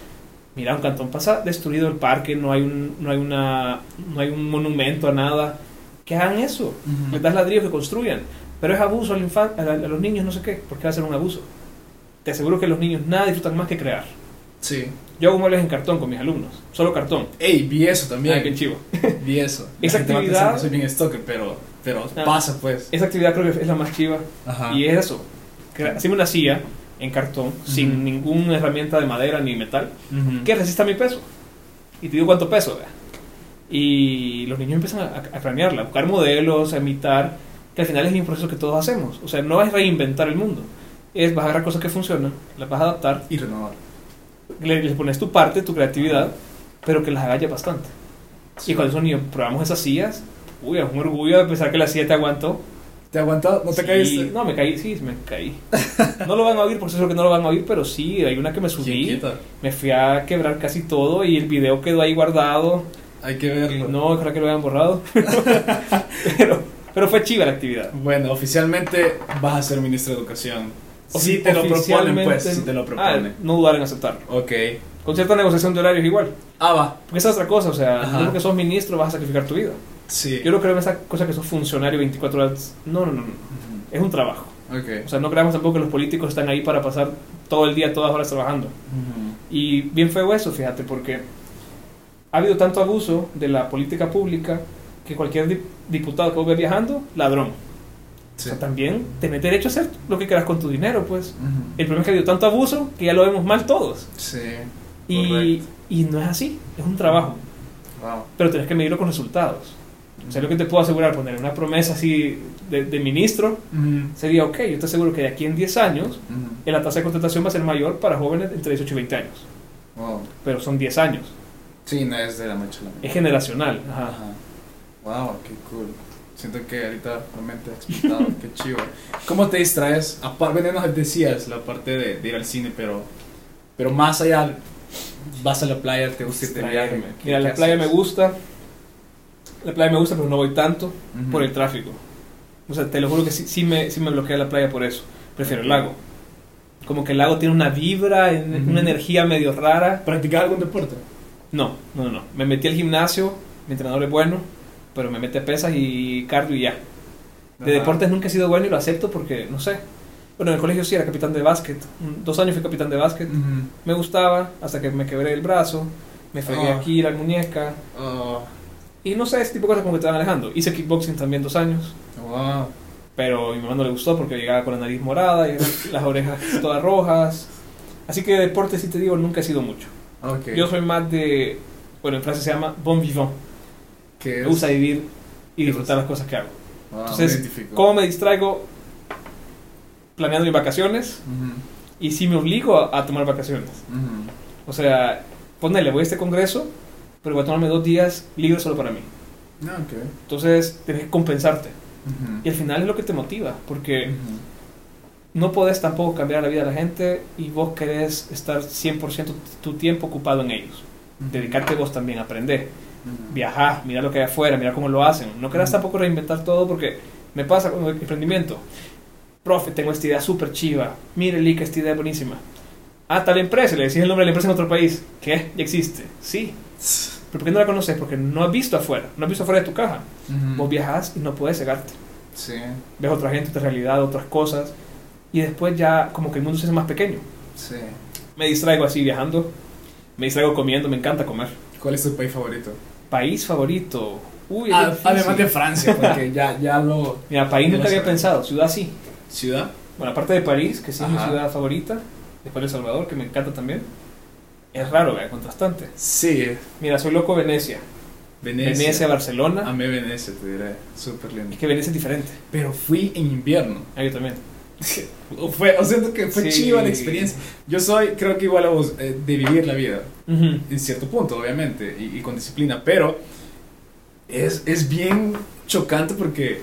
S2: Mira, un cantón pasa destruido el parque, no hay un, no hay una, no hay un monumento a nada. Que hagan eso.
S1: Ujú.
S2: Les das ladrillos que construyan. Pero es abuso al infan- a, la- a los niños, no sé qué. ¿Por qué va a ser un abuso? Te aseguro que los niños nada disfrutan más que crear.
S1: Sí.
S2: Yo hago muebles en cartón con mis alumnos. Solo cartón.
S1: Ey, vi eso también.
S2: Mira Ah, qué chivo.
S1: Vi eso. La
S2: Esa
S1: gente va a
S2: actividad-
S1: pensar que soy bien stalker, pero, pero
S2: Ah.
S1: pasa pues.
S2: Esa actividad creo que es la más chiva.
S1: Ajá.
S2: Y es eso. Cre- Hacemos una silla en cartón, sin ninguna herramienta de madera ni metal,
S1: Ujú.
S2: que resista mi peso. Y te digo cuánto peso, vea. Y los niños empiezan a, a cranearla, a buscar modelos, a imitar, que al final es el proceso que todos hacemos. O sea, no es reinventar el mundo. Es vas a agarrar cosas que funcionan, las vas a adaptar,
S1: Y renovar.
S2: le, le pones tu parte, tu creatividad, pero que las hagas ya bastante. Y cuando esos niños probamos esas sillas, uy, es un orgullo de pensar que la silla te aguantó.
S1: ¿Te aguantó? ¿No te eh.
S2: Sí,
S1: caíste?
S2: No, me caí, sí, me caí. No lo van a oír, por eso que no lo van a oír, pero sí, hay una que me
S1: ¿Quién
S2: subí,
S1: quita?
S2: me fui a quebrar casi todo y el video quedó ahí guardado.
S1: Hay que verlo.
S2: No, creo que lo habían borrado. pero, pero fue chiva la actividad.
S1: Bueno, oficialmente vas a ser ministro de educación. Si
S2: Ofi-
S1: te lo proponen, pues.
S2: oficialmente-
S1: Si te lo
S2: Ah,
S1: proponen.
S2: no dudar en aceptarlo.
S1: Ok.
S2: Con cierta negociación de horarios igual.
S1: Ah, va.
S2: Porque esa es otra cosa, o sea,
S1: Ajá.
S2: no porque sos ministro vas a sacrificar tu vida.
S1: Sí.
S2: Yo no creo en esa cosa que sos funcionario 24 horas. No, no, no, no.
S1: Ujú.
S2: Es un trabajo.
S1: Ok.
S2: O sea, no creamos tampoco que los políticos están ahí para pasar todo el día, todas horas trabajando.
S1: Ujú.
S2: Y bien feo eso, fíjate, porque ha habido tanto abuso de la política pública que cualquier dip- diputado que vos ves viajando, ladrón.
S1: Sí.
S2: O sea, también tenés derecho a hacer lo que quieras con tu dinero, pues.
S1: Ujú.
S2: El problema es que ha habido tanto abuso que ya lo vemos mal todos.
S1: Sí.
S2: Y,
S1: Correcto.
S2: y no es así, es un trabajo,
S1: Wow.
S2: pero tenés que medirlo con resultados. O sea, lo que te puedo asegurar, poner una promesa así de, de ministro, sería, ok, yo te aseguro que de aquí en 10 años, eh, la tasa de contratación va a ser mayor para jóvenes entre 18 y 20 años.
S1: Wow.
S2: Pero son 10 años.
S1: Sí, no es de la noche a la mañana.
S2: Es generacional. Ajá.
S1: Ajá. Wow, qué cool. Siento que ahorita realmente ha explotado, qué chido. ¿Cómo te distraes? Aparte, bueno, nos decías la parte de, de ir al cine, pero, pero más allá, vas a la playa, te gusta irte de viaje. ¿qué-
S2: Mira,
S1: qué
S2: la playa me
S1: haces?
S2: gusta. La playa me gusta, pero no voy tanto
S1: Ujú.
S2: por el tráfico. O sea, te lo juro que sí, sí me, sí me bloquea la playa por eso. Prefiero el lago. Como que el lago tiene una vibra, en-
S1: Ujú.
S2: una energía medio rara.
S1: ¿Practicas algún deporte?
S2: No, no, no, no. Me metí al gimnasio, mi entrenador es bueno, pero me mete pesas y cardio y ya. De
S1: Ajá.
S2: deportes nunca he sido bueno y lo acepto porque, no sé. Bueno, en el colegio sí era capitán de básquet. Un- Dos años fui capitán de básquet.
S1: Ujú.
S2: Me gustaba hasta que me quebré el brazo, me fregué
S1: Ah.
S2: aquí la muñeca.
S1: Oh,
S2: Y no sé, ese tipo de cosas como que te van alejando. Hice kickboxing también dos años,
S1: wow.
S2: pero a mi mamá no le gustó porque llegaba con la nariz morada y las orejas todas rojas. Así que deporte, si te digo, nunca he sido mucho.
S1: Ok.
S2: Yo soy más de, bueno, en francés se llama bon vivant.
S1: ¿Qué
S2: Me
S1: es?
S2: gusta vivir y
S1: ¿Qué cosa?
S2: disfrutar las cosas que hago.
S1: Wow,
S2: Entonces,
S1: me identifico.
S2: ¿Cómo me distraigo? Planeando mis vacaciones
S1: Ujú,
S2: y si me obligo a, a tomar vacaciones.
S1: ujú.
S2: O sea, ponele, voy a este congreso, pero voy a tomarme dos días libres solo para mí.
S1: Ah, ok.
S2: Entonces, tienes que compensarte.
S1: Ujú.
S2: Y al final es lo que te motiva, porque
S1: Ujú.
S2: no podés tampoco cambiar la vida de la gente y vos querés estar 100% tu tiempo ocupado en ellos. Dedicarte vos también a aprender,
S1: Ujú.
S2: viajar, mirar lo que hay afuera, mirar cómo lo hacen. No querás
S1: Ujú.
S2: tampoco reinventar todo porque me pasa con el emprendimiento. Profe, tengo esta idea súper chiva. Mire, Lee, que esta idea es buenísima. Ah, tal empresa, le decís el nombre de la empresa en otro país. ¿Qué? ¿Ya existe? Sí. ¿Pero por qué no la conoces? Porque no has visto afuera, no has visto afuera de tu caja.
S1: Ujú.
S2: Vos viajás y no podés cegarte.
S1: Sí,
S2: ves otra gente, otra realidad, otras cosas, y después ya como que el mundo se hace más pequeño.
S1: sí.
S2: Me distraigo así viajando, me distraigo comiendo, me encanta comer.
S1: ¿Cuál es tu país favorito?
S2: País favorito, uy, es
S1: Ah,
S2: difícil.
S1: además de Francia, porque ya, ya lo...
S2: Mira, país nunca
S1: de
S2: había
S1: los-
S2: pensado, ciudad sí.
S1: ¿Ciudad?
S2: Bueno, aparte de París, que sí es mi
S1: Ajá.
S2: ciudad favorita, después El Salvador, que me encanta también. Es raro, vea, contrastante.
S1: Sí,
S2: Mira, soy loco Venecia.
S1: Venecia. Ah.
S2: Venecia, Barcelona.
S1: Amé Venecia, te diré. Súper lindo.
S2: Es que Venecia es diferente.
S1: Pero fui en invierno.
S2: Ah, yo también.
S1: Fue, o siento que fue
S2: Sí.
S1: chiva la experiencia. Yo soy, creo que igual a vos, eh, de vivir la vida.
S2: Ujú.
S1: En cierto punto, obviamente, y, y con disciplina. Pero es, es bien chocante porque,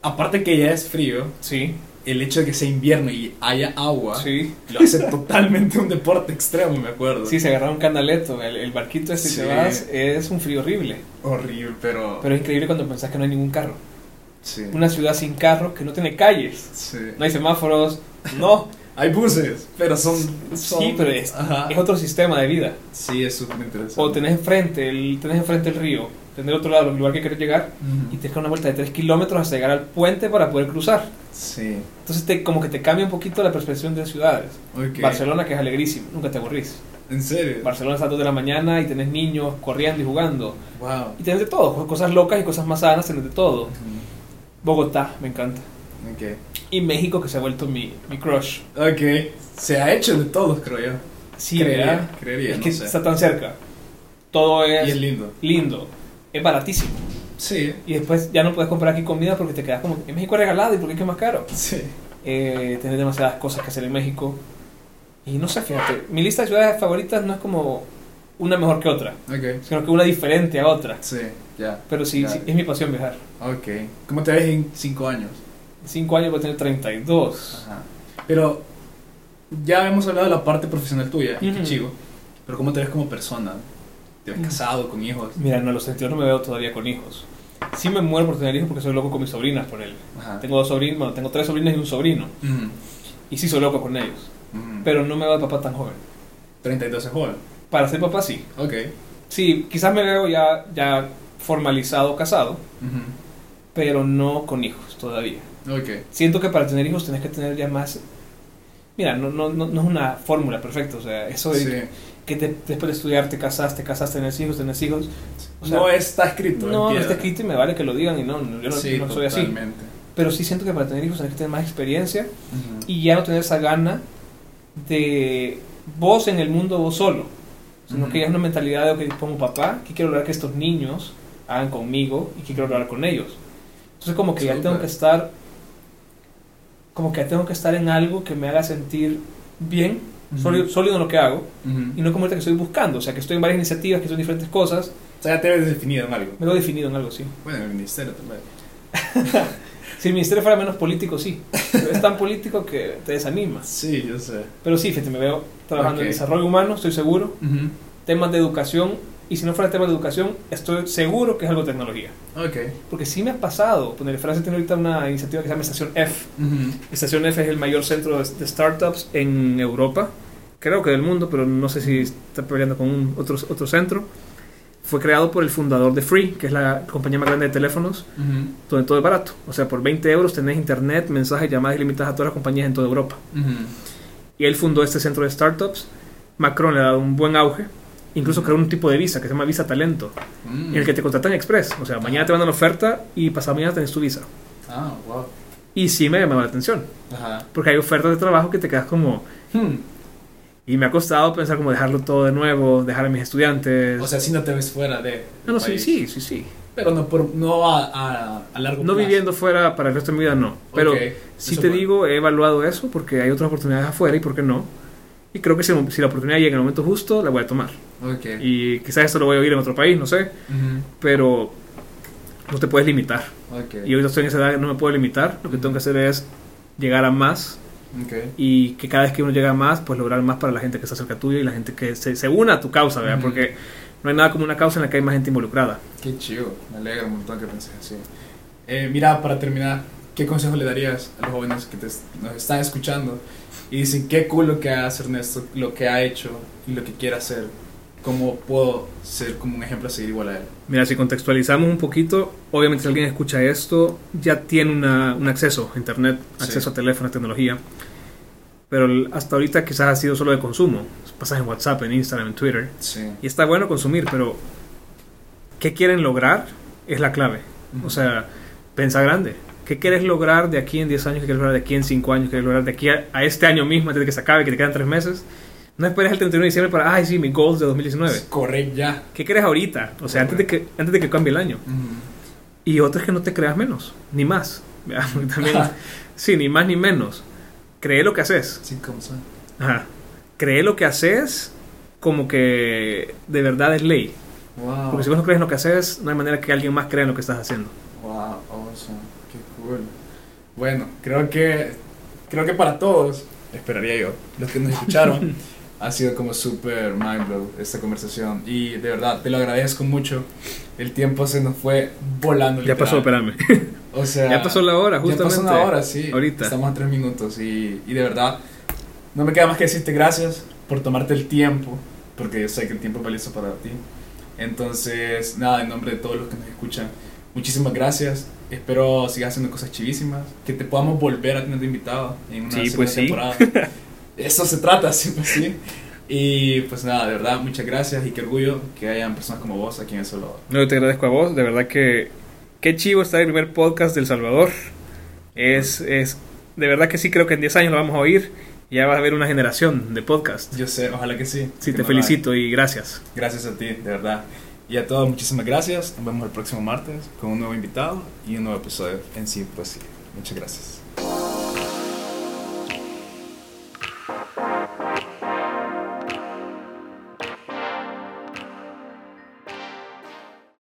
S1: aparte que ya es frío,
S2: Sí,
S1: el hecho de que sea invierno y haya agua,
S2: sí.
S1: lo hace totalmente un deporte extremo, me acuerdo.
S2: Sí, se agarraron un canaleto. El, el barquito este que
S1: Sí.
S2: vas es un frío horrible.
S1: Horrible, pero...
S2: Pero es increíble cuando pensás que no hay ningún carro.
S1: sí.
S2: Una ciudad sin carro que no tiene calles.
S1: sí.
S2: No hay semáforos. No.
S1: Hay buses, pero son... son-
S2: Sí, pero es,
S1: Ajá.
S2: es otro sistema de vida.
S1: Sí, es súper interesante.
S2: O tenés enfrente el, tenés enfrente el río, tenés otro lado, el lugar que querés llegar, y
S1: Ujú.
S2: te que dar una vuelta de 3 kilómetros hasta llegar al puente para poder cruzar.
S1: Sí,
S2: Entonces te, como que te cambia un poquito la percepción de ciudades.
S1: ok.
S2: Barcelona que es alegrísimo, nunca te aburrís.
S1: ¿En serio?
S2: Barcelona está a las 2 de la mañana y tenés niños corriendo y jugando.
S1: wow.
S2: Y tenés de todo, cosas locas y cosas más sanas, tenés de todo.
S1: Ujú.
S2: Bogotá, me encanta.
S1: Mm, Ok.
S2: Y México que se ha vuelto mi, mi crush.
S1: Ok. Se ha hecho de todos, creo yo.
S2: Sí, eh,
S1: creería,
S2: ¿verdad?
S1: creería,
S2: es
S1: no
S2: que
S1: sé.
S2: está tan cerca. Todo es,
S1: Y es lindo.
S2: lindo, es baratísimo.
S1: Sí.
S2: Y después ya no puedes comprar aquí comida porque te quedas como en México es regalado y porque es que es más caro.
S1: Sí.
S2: Eh, tener demasiadas cosas que hacer en México. Y no sé, fíjate, mi lista de ciudades favoritas no es como una mejor que otra,
S1: Ok.
S2: sino que una diferente a otra.
S1: Sí, ya.
S2: Pero sí,
S1: Ya.
S2: sí, es mi pasión viajar.
S1: Ok. ¿Cómo te ves en cinco años?
S2: En cinco años voy a tener 32.
S1: Ajá. Pero ya hemos hablado de la parte profesional tuya, y qué
S2: Ujú.
S1: chivo. Pero ¿cómo te ves como persona? ¿Te ves
S2: Ujú.
S1: casado, con hijos?
S2: Mira, no, a los 32 no me veo todavía con hijos. Sí me muero por tener hijos porque soy loco con mis sobrinas por él.
S1: Ajá.
S2: Tengo dos sobrinos, bueno, tengo tres sobrinas y un sobrino.
S1: Ujú.
S2: Y sí soy loco con ellos.
S1: Ujú.
S2: Pero no me veo de papá tan joven.
S1: 32 es joven.
S2: Para ser papá sí.
S1: Ok.
S2: Sí, quizás me veo ya, ya formalizado, casado,
S1: Ujú.
S2: pero no con hijos todavía.
S1: Ok.
S2: Siento que para tener hijos tenés que tener ya más... Mira, no, no, no, no es una fórmula perfecta, o sea, eso de
S1: Sí.
S2: que te- después de estudiar te casaste, casaste, tenés hijos, tenés hijos. O sea,
S1: no está escrito.
S2: No, no
S1: entiendo.
S2: está escrito y me vale que lo digan y no, no, yo no,
S1: Sí,
S2: yo no soy así.
S1: totalmente.
S2: Pero sí siento que para tener hijos tenés que tener más experiencia
S1: Ujú.
S2: y ya no tener esa gana de vos en el mundo vos solo, sino
S1: Ujú.
S2: que ya es una mentalidad de, ok, como papá, ¿qué quiero lograr que estos niños
S4: hagan conmigo y que quiero hablar con ellos. Entonces como que ya
S5: Súper.
S4: tengo que estar, como que ya tengo que estar en algo que me haga sentir bien,
S1: Ujú.
S4: sólido, sólido en lo que hago,
S1: Ujú.
S4: y no como ahorita que estoy buscando, o sea que estoy en varias iniciativas, que son diferentes cosas,
S1: O sea, ya te ves definido en algo.
S4: me lo he definido en algo, sí.
S1: Bueno, en el ministerio tal vez.
S4: Si el ministerio fuera menos político, sí, pero es tan político que te desanimas.
S1: Sí, yo sé.
S4: Pero sí, fíjate, me veo trabajando en
S1: Ok.
S4: desarrollo humano, estoy seguro,
S1: Ujú.
S4: temas de educación, y si no fuera temas de educación, estoy seguro que es algo de tecnología.
S1: Ok.
S4: Porque sí me ha pasado, poner Francia tiene ahorita una iniciativa que se llama Estación F.
S1: Ujú.
S4: Estación F es el mayor centro de de startups
S2: en Europa, creo que del mundo, pero no sé si está peleando con un- otro, otro centro. Fue creado por el fundador de Free, que es la compañía más grande de teléfonos,
S1: Ujú.
S2: donde todo es barato. O sea, por 20 euros tenés internet, mensajes, llamadas ilimitadas a todas las compañías en toda Europa.
S1: Ujú.
S2: Y él fundó este centro de startups. Macron le ha dado un buen auge. Incluso creó un tipo de visa que se llama Visa Talento, en el que te contratan express. O sea, mañana te mandan la oferta y pasado mañana tenés tu visa.
S1: Ah, wow.
S2: Y sí me llamaba la atención,
S1: Ajá.
S2: porque hay ofertas de trabajo que te quedas como,
S1: Hmm.
S2: Y me ha costado pensar como dejarlo todo de nuevo, dejar a mis estudiantes.
S1: O sea, si no te ves fuera de.
S2: Ah, no, no, sí,
S1: país.
S2: sí, sí, sí.
S1: Pero no, por, no a, a, a largo
S2: No
S1: plazo.
S2: viviendo fuera para el resto de mi vida, no. Pero
S1: Ok,
S2: sí
S1: eso
S2: te
S1: bueno.
S2: digo, he evaluado eso porque hay otras oportunidades afuera y por qué no. Y creo que si, si la oportunidad llega en el momento justo, la voy a tomar.
S1: Ok.
S2: Y quizás esto lo voy a oír en otro país, no sé.
S1: Ujú.
S2: Pero no te puedes limitar.
S1: Ok.
S2: Y ahorita estoy en esa edad que no me puedo limitar. Lo que tengo que hacer es llegar a más
S1: Ok.
S2: y que cada vez que uno llega a más, pues lograr más para la gente que está cerca tuyo y la gente que se, se una a tu causa, ¿verdad?
S1: Ujú.
S2: Porque no hay nada como una causa en la que hay más gente involucrada.
S1: Qué chido. Me alegra un montón que penses así. Eh, mira, para terminar, ¿qué consejo le darías a los jóvenes que te, nos están escuchando y dicen qué cool lo que hace Ernesto, lo que ha hecho y lo que quiere hacer? ¿Cómo puedo ser como un ejemplo a seguir igual a él?
S2: Mira, si contextualizamos un poquito, obviamente si alguien escucha esto, ya tiene una- un acceso a Internet,
S1: Sí.
S2: acceso a teléfono, a tecnología. Pero el- hasta ahorita quizás ha sido solo de consumo. Pasas en WhatsApp, en Instagram, en Twitter.
S1: Sí.
S2: Y está bueno consumir, pero ¿qué quieren lograr? Es la clave. O sea, piensa grande. ¿Qué quieres lograr de aquí en 10 años? ¿Qué quieres lograr de aquí en 5 años? ¿Qué quieres lograr de aquí a, a este año mismo, antes de que se acabe, que te quedan 3 meses? No esperes el 31 de diciembre para, ay, sí, mis goals de 2019.
S1: Correcto, ya.
S2: ¿Qué quieres ahorita? O sea, antes de, que, antes de que cambie el año.
S1: Ujú.
S2: Y otra es que no te creas menos, ni más. ¿verdad? Porque También,
S1: Ajá.
S2: sí, ni más ni menos. Cree lo que haces.
S1: Sí, como son.
S2: Ajá. Cree lo que haces como que de verdad es ley.
S1: Wow.
S2: Porque si vos no crees en lo que haces, no hay manera que alguien más crea en lo que estás haciendo.
S1: Wow, awesome, qué cool. Bueno, creo que creo que para todos, esperaría yo, los que nos escucharon, ha sido como súper mind blow esta conversación y de verdad te lo agradezco mucho. El tiempo se nos fue volando.
S2: Ya pasó,
S1: literal.
S2: espérame.
S1: O sea,
S2: ya pasó la hora,
S1: ya pasó
S2: justamente.
S1: una hora, sí.
S2: Ahorita.
S1: Estamos a tres minutos y, y de verdad no me queda más que decirte gracias por tomarte el tiempo, porque yo sé que el tiempo es valioso para ti. Entonces, nada, en nombre de todos los que nos escuchan, muchísimas gracias. Espero sigas haciendo cosas chivísimas, que te podamos volver a tener de invitado en una
S2: Sí,
S1: segunda
S2: pues sí.
S1: temporada. Eso se trata, sí, pues sí. Y pues nada, de verdad, muchas gracias y qué orgullo que hayan personas como vos aquí en El Salvador.
S2: No, yo te agradezco a vos, de verdad que qué chivo está el primer podcast del Salvador. Es, es, de verdad que sí creo que en 10 años lo vamos a oír y ya va a haber una generación de podcast.
S1: Yo sé, ojalá que sí.
S2: Sí,
S1: que
S2: te
S1: no la hay.
S2: felicito y gracias.
S1: Gracias a ti, de verdad. Y a todos, muchísimas gracias. Nos vemos el próximo martes con un nuevo invitado y un nuevo episodio en sí, pues sí. Muchas gracias.